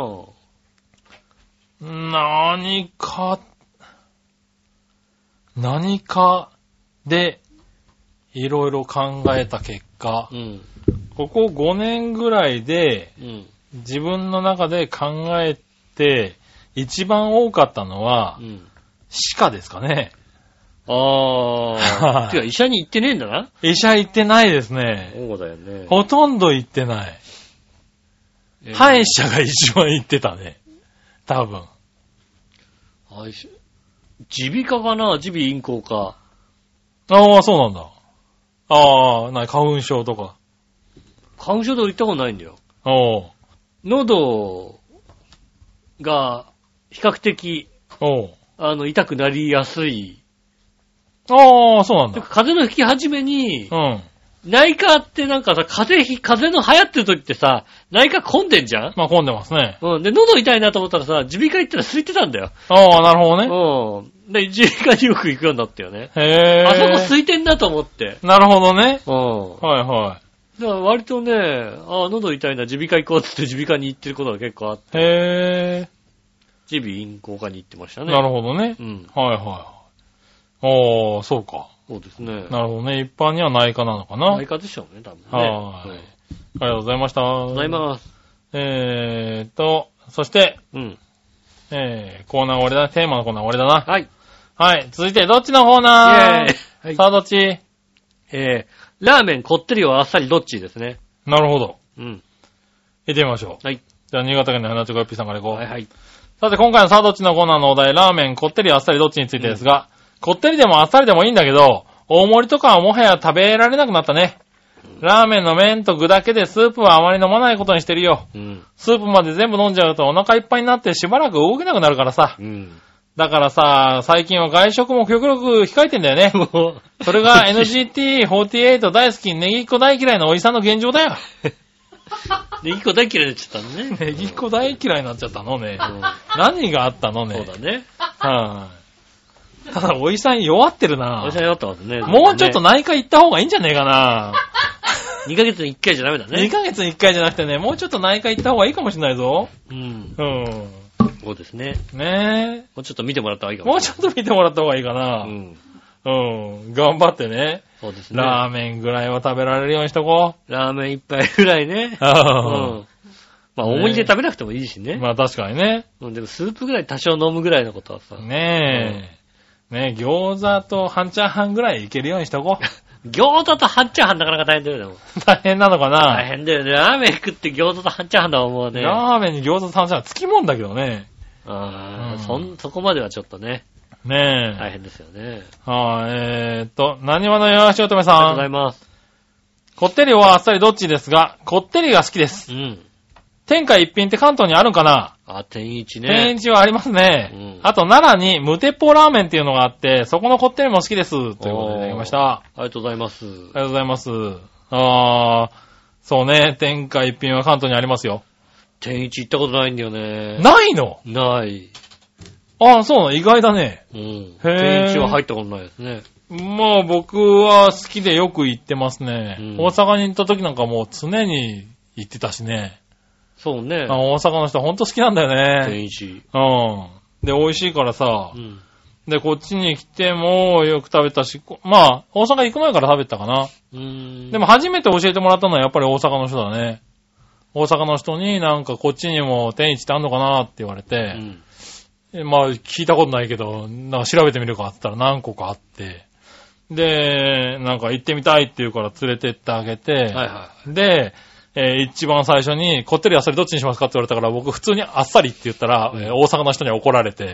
C: はい。何か、何かで、いろいろ考えた結果
B: う、ん。
C: ここ5年ぐらいで、
B: うん。
C: 自分の中で考えて、一番多かったのは
B: う、ん。
C: 歯科ですかね。
B: あ
C: はい
B: ー。てか、医者に行ってねえんだな。
C: 医者行ってないですね。
B: そうだよね。
C: ほとんど行ってない。
B: えー
C: 歯医者が一番行ってたね。多分。
B: はいし耳鼻科かな耳鼻咽喉科。
C: ああ、そうなんだ。ああ、なに、花粉症とか。
B: 花粉症で俺行ったことないんだよ。
C: おう
B: 喉が比較的、
C: おう
B: あの、痛くなりやすい。
C: ああ、そうな
B: な
C: ん
B: ん
C: だ。
B: か風邪の吹き始めに
C: う、ん。
B: 内科ってなんかさ、風邪ひ、風邪の流行ってる時ってさ、内科混んでんじゃん
C: まあ混んでますね。
B: うん。で、喉痛いなと思ったらさ、耳鼻科行ったら空いてたんだよ。
C: ああ、なるほどね。
B: うん。で、耳鼻科によく行くようになったよね。
C: へえ。
B: あそこ空いてんなと思って。
C: なるほどね。
B: うん。
C: はいは
B: だから割とね、ああ、喉痛いな、耳鼻科行こうって言って耳鼻科に行ってることが結構あって、
C: い。へえ。
B: 耳鼻咽喉科に行ってましたね。
C: なるほどね。
B: うん。
C: はいはい。ああ、そうか。
B: そうですね。
C: なるほどね。一般には内科なのかな。
B: 内科でしょうね、多分ね。
C: はーい
B: うんあり
C: ありがとうございました。あり
B: がと
C: がと
B: うございます。
C: えーっと、そして、
B: うん。
C: えー、コーナー終わりだ。テーマのコーナー終わりだな。
B: はい。イ
C: はい。続いて、どっちのコーナー
B: ェーイ。
C: さ
B: はい。
C: あ、どっち
B: えー、ラーメンこってりはあっさりどっちですね。
C: なるほど。
B: うん。
C: 行ってみましょう。
B: はい。
C: じゃあ、新潟県の花ちょこよっぴーさんから行こう。
B: はいはい。
C: さて、今回のさあ、どっちのコーナーのお題、ラーメン、こってり、あっさり、どっちについてですが、こってりでもあっさりでもいいんだけど、大盛りとかはもはや食べられなくなったね。ラーメンの麺と具だけでスープはあまり飲まないことにしてるよ。
B: うん。
C: スープまで全部飲んじゃうとお腹いっぱいになってしばらく動けなくなるからさ。
B: うん。
C: だからさ、最近は外食も極力控えてんだよね。
B: も
C: それが NGT48 大好き、ネギっ子大嫌いのおじさんの現状だ よ。
B: う、ネギ粉大嫌いになっちゃったのね。
C: ネギっ子大嫌いになっちゃったのね。
B: うん
C: 何があったのね。
B: そうだね。
C: はい、ただ、おじさん弱ってるな
B: お世話になってますね。
C: もうちょっと
B: な。
C: 内科行った方がいいんじゃねえかな、
B: 2ヶ月に1回じゃダメだ
C: ?2
B: ね。
C: ヶ月に1回じゃなくてね、もうちょっと内科行った方がいいかもしれないぞ。
B: うん。
C: うん。
B: そうですね。
C: ね
B: もうちょっと見てもらった方がいい
C: え。
B: か
C: も
B: も
C: う
B: し
C: ちょっと見てもらった方がいいか
B: れ
C: な
B: な。い。うん。
C: うん。頑張ってね。
B: そうですね。
C: ラーメンぐらいは食べられるようにしとこ
B: ラーメン一杯ぐらいね。
C: う。
B: うん。まあ、
C: ね
B: 大盛りで食べなくてもいいしね。
C: まあ確かにね。
B: うんでも、スープぐらい多少飲むぐらいのことはさ、
C: ねえ。ねえ、餃子と半チャーハンぐらいいけるようにしとこう。
B: 餃子と半チャーハンなかなか大変だよねでも。
C: 大変なのかな
B: 大変だよね。ラーメン食って餃子と半チャーハンだもんもうね。あ
C: ラーメンに餃子3チャーハン、つきもんだけどね。
B: あー、
C: うん
B: そん、そこまではちょっとね、
C: ねえ。
B: 大変ですよね。
C: はい、えーっと、何話のよしおとめ
B: ありがとう
C: さ
B: ござい
C: ん。
B: ます。
C: こってりはあっさりどっちですが、こってりが好きです。
B: うん。
C: 天下一品って関東にあるんかな
B: あ、天一
C: 天
B: ね。
C: 一はありますね。
B: うん
C: あと、奈良に無鉄砲ラーメンっていうのがあって、そこのこってりも好きです。ということでいただきました。
B: ありがとうございます。
C: ありがとうございます。あー、そうね、天下一品は関東にありますよ。
B: 天一行ったことないんだよね。
C: ないの
B: ない。
C: あー、そうなの、意外だね。
B: うん。
C: へー
B: 天一は入ったことないですね。
C: まあ僕は好きでよく行ってますね。
B: うん
C: 大阪に行った時なんかもう常に行ってたしね。
B: そうね。
C: あ大阪の人ほんと好きなんだよね。
B: 天一。
C: うん。で、美味しいからさ
B: う。ん。
C: で、こっちに来てもよく食べたし、こまあ、大阪行く前から食べてたかな。
B: うーん。
C: でも、初めて教えてもらったのはやっぱり大阪の人だね。大阪の人になんかこっちにも天一ってあんのかなって言われ
B: う
C: て、
B: ん。
C: えまあ聞いたことないけど、なんか調べてみるかって言ったら何個かあって、で、なんか行ってみたいって言うから連れてってあげて、
B: はいは
C: で、えー一番最初に、こってりあっさりどっちにしますかって言われたから、僕普通にあっさりって言ったら、えー大阪の人に怒られて、
B: い。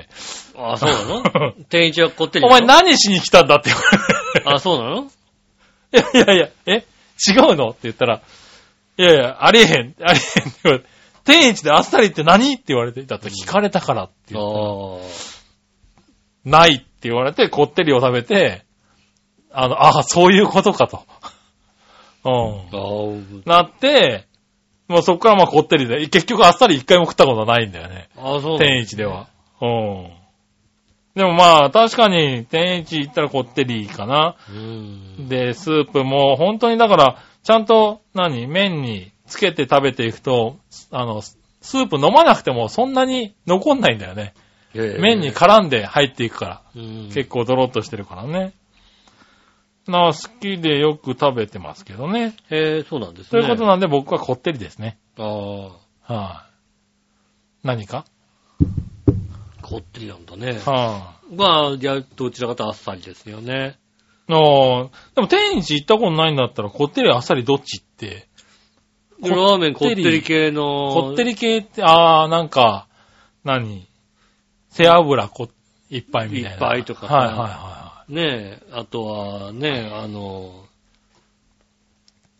B: あ、そうな の天一はこってり
C: お
B: なの。
C: 前何しに来たんだって言われて。
B: あ、そうなの
C: いやいやいや、え違うのって言ったら、いやいや、ありえへん、ありえへんって言われて、天一であっさりって何って言われて、だって聞かれたからって言ったら、
B: あ
C: ないって言われて、こってりを食べて、あの、ああ、そういうことかと。 う
B: あ。あー
C: ん。なって、まあそこからまあこってりで、結局あっさり一回も食ったことはないんだよね。
B: あ、そうなの
C: 天一では。うん。でもまあ確かに天一行ったらこってりかな。
B: うん。
C: で、スープも本当にだから、ちゃんと何、麺につけて食べていくと、あの、ススープ飲まなくてもそんなに残んないんだよね。麺に絡んで入っていくから。
B: 結
C: 結構ドロッとしてるからね。なあ、好きでよく食べてますけどね。
B: へえ、そうなんです
C: と
B: ね。
C: いうことなんで僕はこってりですね。
B: ああ、
C: はい、何か
B: こってりなんだね。
C: は
B: まあ、じゃあ、どちらかとあっさりですよね。
C: い、あー。でも天一行ったことないんだったら、こってりあっさりどっちって。
B: ラーメンこってり系の。
C: こってり系って、あー、なんか、何背脂こ、いっぱいみたいな。
B: いっぱいとかさ
C: はいはいは
B: ねえ、あとはね、あの、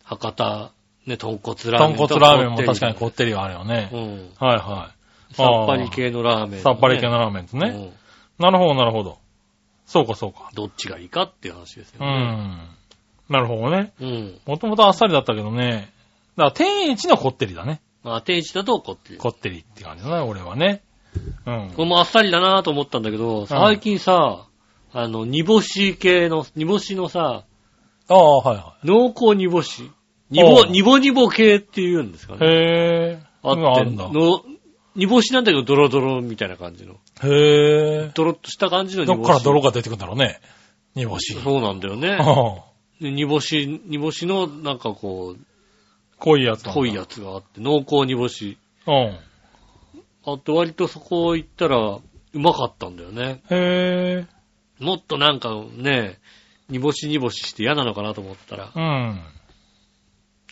B: 博多、ね、豚骨
C: い
B: ラー
C: はい。
B: メンと。
C: 豚骨ラーメンも確かにこ
B: こ
C: ってりはあるよね
B: っ。てりうん。
C: はいは
B: さっぱり系のラーメン、
C: い。さっぱり系のラーメンですね。
B: うん
C: なるほどなるほど。そうかそうか。
B: どっちがいいかっていう話ですよ
C: う
B: ね。
C: ん。なるほどね。
B: うん。うん。
C: もともとあっさりだったけどね。だから天一のこってりだね。
B: まあ、定置だとこってり。
C: こ
B: こ
C: ってりって感じだね、俺はね。うん。
B: れもあっさりだなと思ったんだけど、最近さ、あの、煮干し系の、煮干しのさ、
C: ああ、はいは
B: 濃厚煮干し。煮ぼ、
C: おう
B: 煮ぼ煮ぼ系って言うんですか
C: い。
B: ね。
C: へえ。
B: あ
C: うん
B: って
C: るんだ。
B: の、煮干しなんだけど、ドロドロみたいな感じの。
C: へえ。
B: ドロッとした感じの煮
C: ど
B: 干し。
C: っから泥が出てくんだろうね。煮干し。
B: そうなんだよね。
C: ああ
B: で煮干し、煮干しの、なんかこう、
C: 濃いやつなんだ
B: 濃いやつがあって、濃厚煮干し。
C: うん。
B: あと割とそこ行ったら、うまかったんだよね。
C: へえ。
B: もっとなんかね、煮干し煮干しして嫌なのかなと思ったら、
C: うん。はい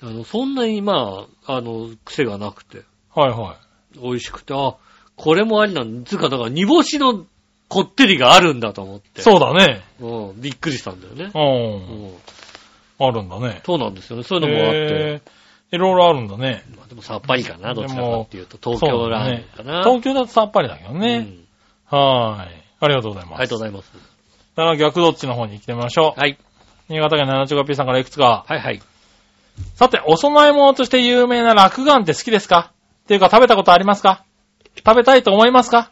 B: あの、そんなにまあ、あの、癖がなくて、
C: は
B: 美味しくて、あ、これもありなんつうか、だから煮干しのこってりがあるんだと思っ
C: い。
B: て。
C: そうだね。
B: う。ん、びっくりしたんだよね。う。
C: うんん。あるんだね。
B: そうなんですよね。そういうのもあって。
C: へえ。いろいろあるんだね。
B: まあでもさっぱりかな、ど
C: でも
B: ちらかっていうと。東京ラーメンかな。
C: 東京だとさっぱりだけどね。はーい。ありがとうござい
B: うん。
C: ます。
B: ありがとうご
C: ざい
B: ざいます。
C: ます。だから逆どっちの方に来てみましょう。
B: はい。
C: 新潟県 75P さんからいくつか。
B: はいはい。
C: さて、お供え物として有名な落眼って好きですかっていうか食べたことありますか食べたいと思いますか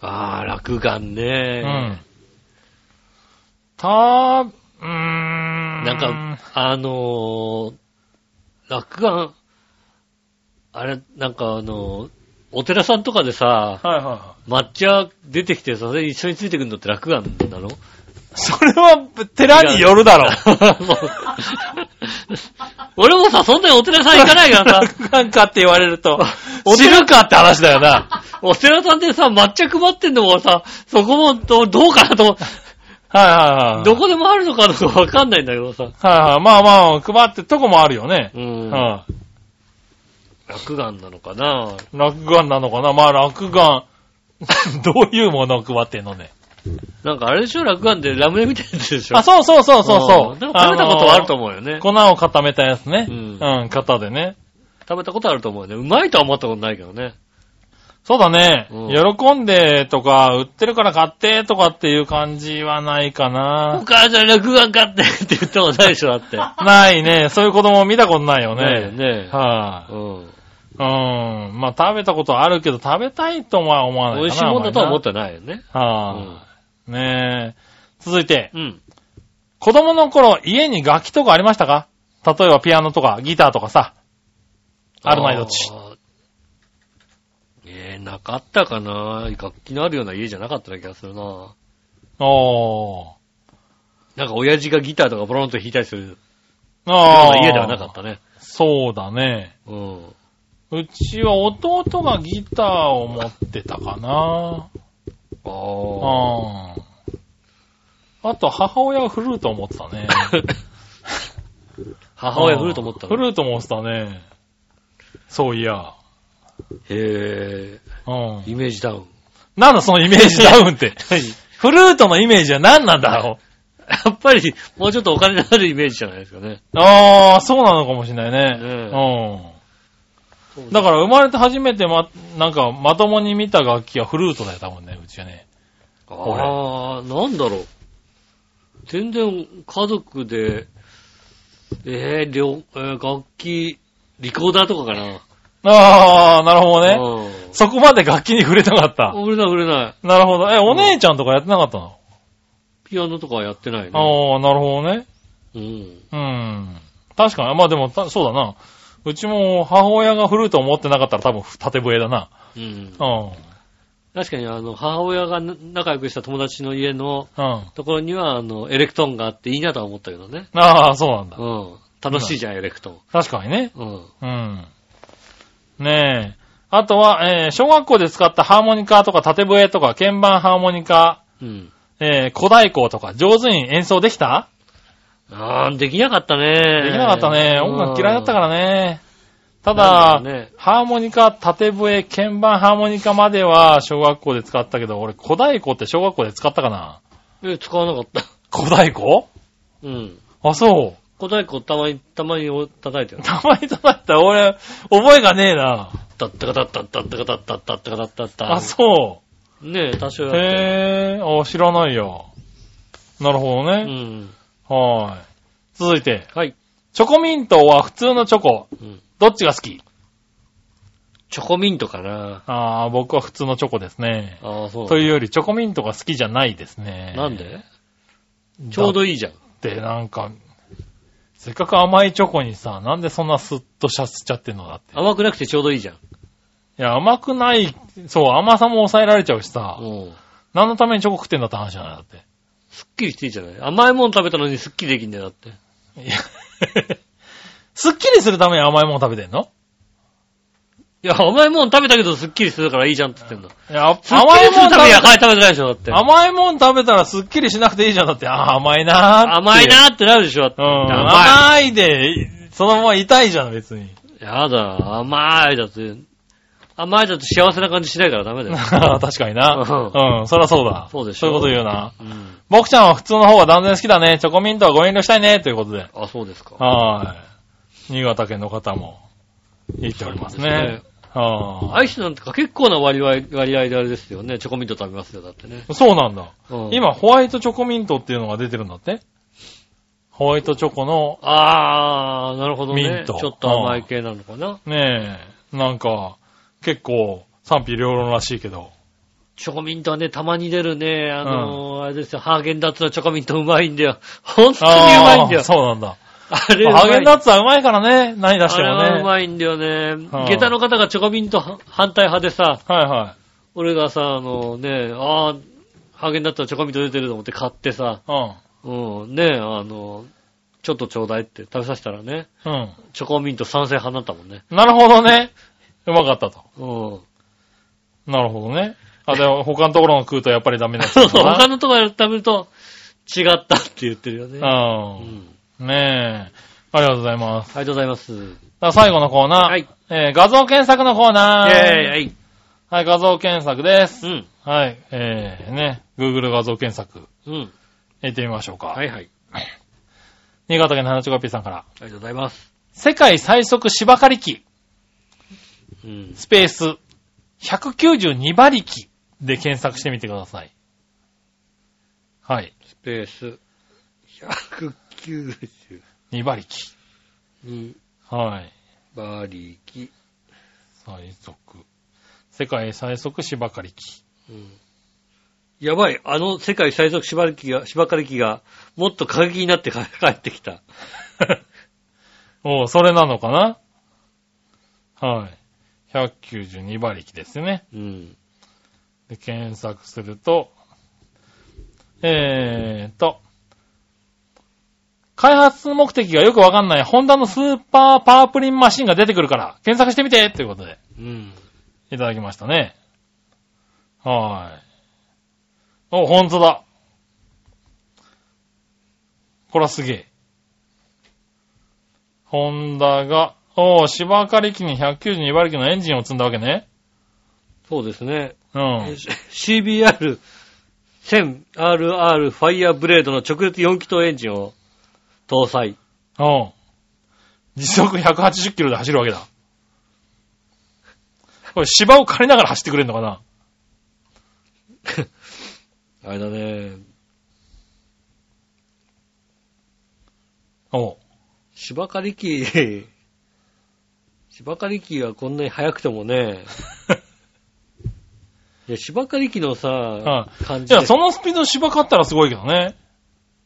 B: あー、落眼
C: う
B: ね。
C: ん。たー、うーん。
B: なんか、あのー、落眼、あれ、なんかあのー、お寺さんとかでさ、
C: はいはいは
B: 抹
C: い。
B: 茶出てきてさ、それ一緒についてくるのって落眼な の
C: それは、寺によるだろ。
B: 俺もさ、そんなにお寺さん行かないからさ、
C: なんかって言われると、
B: お
C: 知
B: 寺
C: るかって話だよな。
B: お寺さんでさ、抹茶配ってんのもさ、そこもどどうかなと、
C: はいはいはい。
B: どこでもあるのかどうかわかんないんだけどさ。
C: はいはい。まあまあ、配ってるとこもあるよね
B: う。ん。
C: は
B: 落眼なのかない
C: 。落眼なのかなまあ落眼。どういうものを配ってんのね。
B: なんかあれでしょ落眼でラムネみたいなやつでしょ
C: あ、そうそうそうそうそ
B: ん
C: う。
B: でも食べたことはあると
C: 思
B: 思うよね。
C: 粉を固めたやつね。
B: う
C: うんん、型でね。
B: 食べたことあると思うよね。うまいとは思ったことないけどね。
C: そうだね、
B: うん
C: 喜んでとか、売ってるから買ってとかっていう感じはないか
B: お
C: な。
B: 母ちゃん落眼買ってって言ったことないでしょ、だって。
C: ないね。そういう子供見たことないよ
B: ねえ、
C: ね。
B: ねえ。
C: はい、
B: うん
C: うん。まあ食べたことあるけど、食べたいとは思わないかな。
B: 美味しいもんだとは思っ
C: って。
B: てないよね。
C: はい、ねえ。続いて、
B: うん。
C: 子供の頃、家に楽器とかありましたか例えばピアノとかギターとかさ。あるないどっち。
B: あー。えー、なかったかな楽器のあるような家じゃなかったような気がするな
C: おー。
B: なんか親父がギターとかボロンと弾いたりするよう
C: あ
B: な家ではなかったね。
C: そうだね。
B: うん。
C: うちは弟がギターを持ってたかな。
B: ああ。
C: ああと、母親はフルートを持ってた ね。
B: 母親振ると思った
C: フ
B: の。
C: ルート持ってたね。そういや。
B: へ
C: うん
B: え、。イメージダウン。
C: なんだそのイメージダウンって。 フルートのイメージは何なんだろ
B: やっぱり、もうちょっとお金のあるイメージじゃないですかね。
C: う。ああ、そうなのかもしれない
B: ね
C: ね。うん。だから生まれて初めてま、なんかまともに見た楽器はフルートだよ、多分ね、うちはね。
B: ああ、なんだろう。全然家族で、えー、両、えー楽器、リコーダーとかかな。
C: ああ、なるほどね。
B: うん
C: そこまで楽器に触れなかった。
B: 触れない触れない。
C: なるほど。え、お姉ちゃんとかやってなかったの、
B: ピアノとかはやってないね。
C: ああ、なるほどね。
B: うん。
C: うん。確かに。まあでも、たそうだな。うちも母親がフルートを持ってなかったら多分縦笛だな。
B: うん
C: う。ん。
B: 確かに、あの、母親が仲良くした友達の家の
C: うん。
B: ところには、あの、エレクトーンがあっていいなとは思ったけどね。
C: ああ、そうなんだ。
B: うん。楽しいじゃん、エレクト
C: 確かにね。
B: ーン。うん。
C: うん。ねえ。あとは、えー小学校で使ったハーモニカとか縦笛とか鍵盤ハーモニカ、
B: うん。
C: えー、小太鼓とか上手に演奏できた
B: ああ、できなかったね。。
C: できなかったね。音楽嫌いだったかららね。た
B: な
C: だ
B: ん、だろうね
C: ハーモニカ、縦笛、鍵盤ハーモニカまでは小学校で使ったけど、俺、古代鼓って小学校で使ったかな
B: え、使わなかった。
C: 古代鼓
B: うん。
C: あ、そう。
B: 小太鼓たまに、たまに叩いてる。
C: たまに叩いたら俺、覚えがねえな。
B: だったかだったったったかだったったったかだったった。
C: あ、そ
B: ねえ、多少
C: う。
B: やって。
C: へえ、あ、知らないよ。なるほど
B: う
C: ね。
B: ん。
C: はーい。続いて、
B: はい。
C: チョコミントは普通のチョコ。
B: うん
C: どっちが好き
B: チョコミントかな。
C: ああ、僕は普通のチョコですね。
B: ああ、そう
C: というより、チョコミントが好きじゃないですね。
B: なんで
C: だ
B: ちょうどいいじゃん。
C: ってなんか、せっかく甘いチョコにさ、なんでそんなスッとしゃすっちゃってんのだって。い
B: 甘くなくてちょうどいいじゃん。
C: や、甘くない、そう、甘さも抑えられちゃうしさ、
B: うん。
C: 何のためにチョコ食ってんだって話じゃないだって。
B: すっきりしていいじゃない甘いもの食べたのにすっきりできんだよ、だって。
C: いや、すっきりするために甘いもの食べてんの
B: いや、甘いもの食べたけどすっきりするからいいじゃんって言ってんの。
C: いや、
B: すっき
C: 甘い
B: りす
C: も
B: る
C: ん食
B: ためには
C: べ
B: 甘い食べてないでしょ、だって。
C: 甘いもん食べたらすっきりしなくていいじゃん。だって、あー甘いなーって。
B: 甘いなーってなるでしょ、だって。
C: うん。
B: 甘い。
C: 甘いで、そのまま痛いじゃん、別に。
B: やだ、甘いだって。甘いだと幸せな感じしないからダ メだよ。
C: 確かにな。うん、そりゃそうだ。
B: そうでしょ
C: そういうこと言うな。
B: うん。
C: 僕ちゃんは普通の方が断然好きだね。チョコミントはご遠慮したいね。ということで。
B: あ、そうですか。
C: はーい。新潟県の方も言っておりますね。は
B: アイスなんてか結構な割合、割合であれですよね。チョコミント食べますよ、だってね。
C: ーい。そうなんだ。
B: うん、
C: 今、ホワイトチョコミントっていうのが出てるんだってホワイトチョコの、
B: あー、なるほどね。
C: ミント
B: ちょっと甘い系なのかな。
C: ねえ、なんか、結構賛否両論らしいけど。
B: チョコミントはね、たまに出るね、あのーあれですよ、ハーゲンダッツのチョコミントうまいんだよ。本当にうまいんだ
C: あー
B: よ。
C: そうなんだ。
B: あれうまい
C: ハーゲンダッツはうまいからね。何出し
B: あ
C: て
B: れ
C: も
B: はう
C: ね。
B: まいんだよね。
C: はあ
B: 下駄の方がチョコミントは反対派でさ、
C: はいはい。
B: 俺がさ、あのね、あー、ハーゲンダッツのチョコミント出てると思って買ってさ、うん、ね、あの、ちょっとちょうだいって食べさせたらね、
C: うん。う
B: チョコミント賛成派になったもんね。
C: ん。なるほどね。うまかったと。
B: うん。
C: なるほどね。あ、でも他のところの食うとやっぱりダメなやつ
B: そう
C: だ
B: そう、
C: な。
B: 他のとこや食べると、違ったって言ってるよね。う。
C: うんん。ねえ。ありがとうございます。
B: ありがとうございます。
C: さあ最後のコーナー。
B: はい。イ
C: えー画像検索のコー
B: ェー
C: ナー。
B: イ、はい。
C: はい、画像検索です。
B: うん。
C: はい。えー、ね、Google 画像検索、
B: うん。
C: 行ってみましょうか。
B: はいはい。
C: 新潟県の花ちょこぴーさんから。
B: ありがとうございます。
C: 世界最速芝刈り機、
B: うん。
C: スペース、192馬力で検索してみてください。はい。
B: スペース、192
C: 2馬力。はい。
B: 馬力。
C: 最速。世界最速芝刈り機。
B: うん。やばい、あの世界最速芝刈り機が、芝刈り機が、もっと過激になって帰ってきた。
C: おうそれなのかなはい。192馬力ですね。
B: うん。
C: で、検索すると、えーと、開発目的がよくわかんない、ホンダのスーパーパワープリンマシンが出てくるから、検索してみてということで、
B: うん。
C: いただきましたね。はーい。お、ほんとだ。こらすげえ。ホンダが、おー、芝刈り機に192馬力のエンジンを積んだわけね。
B: そうですね。
C: うん。
B: CBR1000RR ファイアブレードの直列4気筒エンジンを搭載。
C: うん。時速180キロで走るわけだ。これ芝を借りながら走ってくれるのかな
B: あれだね。
C: おう。
B: 芝刈り機、 芝刈り機がこんなに速くても ね。いや、芝刈り機のさ、感
C: い
B: じ
C: や、
B: で。
C: そのスピードで芝刈ったらすごいけどね。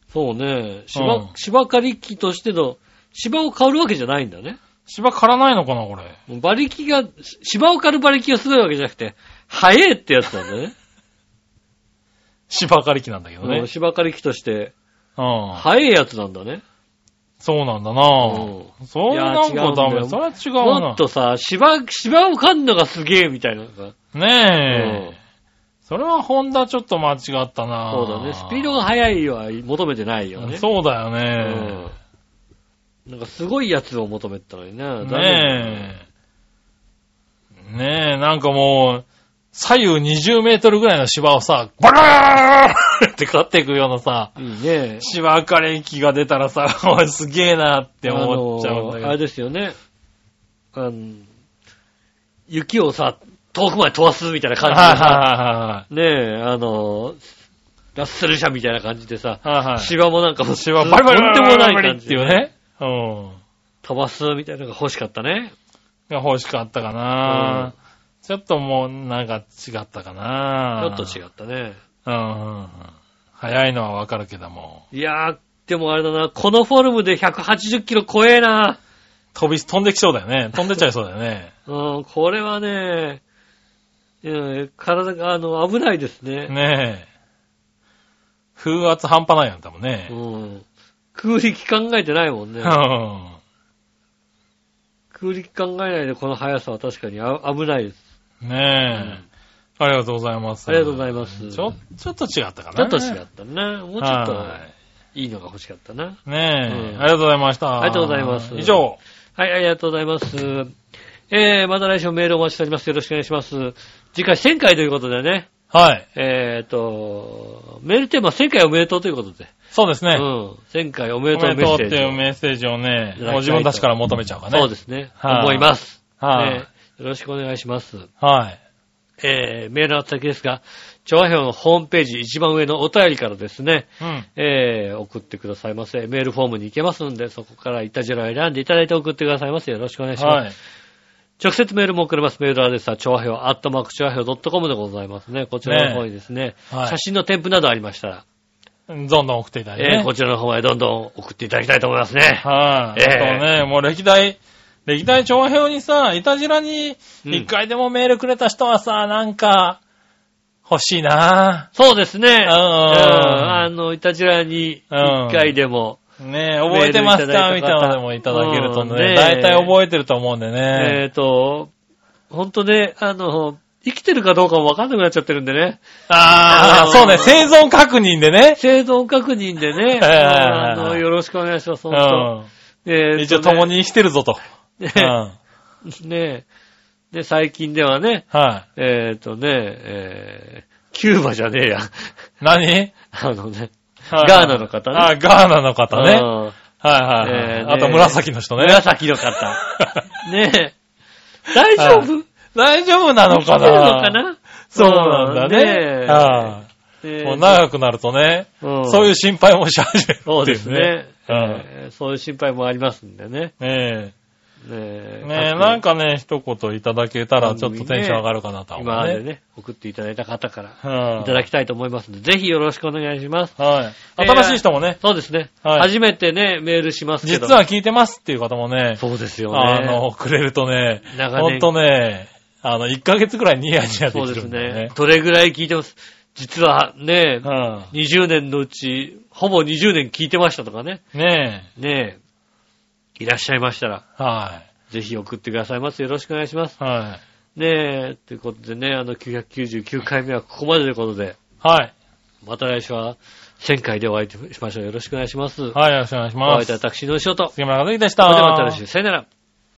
B: そうね。
C: うん
B: 芝、芝刈り機としての、芝を刈るわけじゃないんだね。
C: 芝刈らないのかな、これ。
B: 馬力が、し芝を刈る馬力がすごいわけじゃなくて、速えってやつなんだね。
C: 芝刈り機なんだけど
B: う
C: ね
B: ん。芝刈り機として、
C: うん。
B: 速えやつなんだね。
C: そうなんだな
B: うん
C: そんなん
B: いや違う
C: か
B: んだ
C: ダ
B: よ
C: メ。それは違う
B: も
C: な
B: っ。とさ、芝、芝を刈るのがすげえみたいなさ。
C: ねえ。
B: うん
C: それはホンダちょっと間違ったな
B: そうだね。スピードが速いは求めてないよね。
C: そうだよ
B: う
C: ね
B: ん。なんかすごいやつを求めてたのにな。残念
C: ねえ。ねえ、なんかもう、左右20メートルぐらいの芝をさ、バラーって刈っていくようなさ、
B: いいね。
C: 芝刈り機が出たらさ、 おいすげえなって思っちゃうんだ
B: あ
C: け
B: の
C: ど。
B: あれですよね。あの、雪をさ、遠くまで飛ばすみたいな感じでさ、
C: は
B: ねえ、あの、ラッセル車みたいな感じでさ、
C: いはいはい。はいはい。
B: 芝もなんかもう、
C: 芝バリバリバリ
B: とん
C: バ
B: でも
C: リ
B: な
C: バリ
B: い
C: バリ
B: 感
C: っ
B: じ
C: ていうね。うん。
B: 飛ばすみたいなのが欲しかったね。
C: が欲しかったかな、ちょっともう、なんか違ったか
B: ち
C: な
B: ょっと違ったね。
C: うんうんうん。早いのはわかるけども。
B: いやー、でもあれだな、このフォルムで180キロ超えな。
C: 飛び、飛んできそうだよね。飛んでっちゃいそうだよ ね。
B: うん、これはね、うん体が、あの、危ないですね。
C: ねえ。風圧半端ないやん、多分
B: う
C: ね。
B: ん。空力考えてないもん
C: う
B: ね
C: ん。。
B: 空力考えないでこの速さは確かにあ危ないです。
C: ねえ。ありがとうございます。
B: ありがとうござ
C: い
B: います。
C: ちょ、ちょっと違ったか
B: ちょ
C: な。
B: っと違ったね。もうちょっと
C: はい
B: いのが欲しかったな。
C: ねえ、
B: うん
C: ありがとうございました。
B: ありがとうございます
C: 以上。
B: はい、ありがとうございます。えー、また来週もメールお待ちしております。よろしくお願いします。次回1000回ということでね、
C: はい。
B: えーと、メールテーマ1000回おめでとうということで。
C: そうですね。
B: うん。1000回おめで
C: お
B: とう
C: め
B: メ
C: で
B: ッ
C: とうっ
B: セー
C: ていう
B: ジ
C: メッセージをね
B: い、ただきたいと
C: もう自分たちから求めちゃうか
B: を。
C: ね。
B: そうですね。
C: はい
B: 思います。
C: はい、
B: ねよろしくお願いします。
C: はい。
B: えー、メールの宛先ですが、調和表のホームページ一番上のお便りからですね、
C: うん。
B: えー、送ってくださいませ。メールフォームに行けますんで、そこからイタジェラを選んでいただいて送ってくださいませ。よろしくお願いします。
C: はい。
B: 直接メールも送れます。メールアドレスは、調和表、アットマーク調和表 .com でございますね。こちらの方にですね、
C: はい
B: 写真の添付などありましたら、
C: どんどん送っていただいて、
B: え
C: ね。
B: ーこちらの方へどんどん送っていただきたいと思いますね。
C: はい、
B: ええ
C: あとね、もう歴代、歴代調和表にさ、いたじらに、
B: うん
C: 一回でもメールくれた人はさ、なんか、欲しいな
B: そうですね。うんあ
C: ぁ。
B: の、いたじらに
C: うん
B: 一回でも、
C: ねえ、覚えてますか
B: メールいた
C: みたい
B: だいた方
C: なのもいただけると
B: うんね
C: ね、
B: え
C: 大体覚えてると思うんで
B: え
C: ね。
B: っ、と、ほんとね、あの、生きてるかどうかもわかんなくなっちゃってるんでね。
C: あ
B: あの
C: あ、そうね、生存確認でね。
B: 生存確認で ね、
C: はい
B: あ
C: はい
B: の、
C: はい
B: よろしくお願いします、
C: う
B: ほんと。
C: ん。
B: えーとね
C: 一 応共。に生きてるぞと。
B: ね
C: うん。はい。
B: ねで、最近ではね、
C: は
B: えっ、とね、えーキューバじゃねえや。
C: 何
B: あのね、
C: はい
B: ガーナの方ね
C: あ、ガーナの方ね。はい
B: うん
C: はい
B: え
C: は
B: ーね
C: い。あと紫の人ね。
B: 紫 の方。ねえ。大丈夫
C: 大丈夫なのか
B: 来てるのか
C: な
B: な
C: そうなんだ
B: うん
C: ね。
B: ね
C: は
B: え
C: い。
B: ー
C: もう長くなるとね、
B: うん
C: そういう心配もし始めるってい。
B: そうですね。
C: うん。
B: えーそういう心配もありますんでね。
C: ね
B: ね
C: え。
B: え
C: ねえ、
B: 各
C: なんかね、一言いただけたらちょっとテンション上がるかなとは思
B: 今まで
C: うね。
B: ね、送っていただいた方から
C: うん
B: いただきたいと思いますので、ぜひよろしくお願いします。
C: はい。
B: えー
C: 新しい人もね、
B: そうですね。
C: はい
B: 初めてね、メールしますけど。
C: 実は聞いてますっていう方もね、
B: そうですよね。
C: あの、くれるとね、
B: 長年
C: ほんとね、あの、1ヶ月くらいニヤニヤで
B: そう
C: き
B: で
C: る
B: す
C: んだよ
B: ね
C: ね。。
B: どれぐらい聞いてます実はね、
C: う
B: 20年のうち、ほぼ20年聞いてましたとかね。
C: ん。ね
B: ねえ、いらっしゃいましたら、
C: え。は
B: ぜひ送ってくださいます。よろしくお願いします。
C: い。はい。
B: ねえ、ということでね、あの、999回目はここまでということで、
C: はい。
B: また来週は1000回でお会いしましょう。よろしくお願いします。
C: はい、よろしくお願いし
B: お会い
C: ま
B: い
C: す
B: た。私の仕事。
C: 杉村和之でし
B: そ
C: た。
B: れではまた来週。さよなら。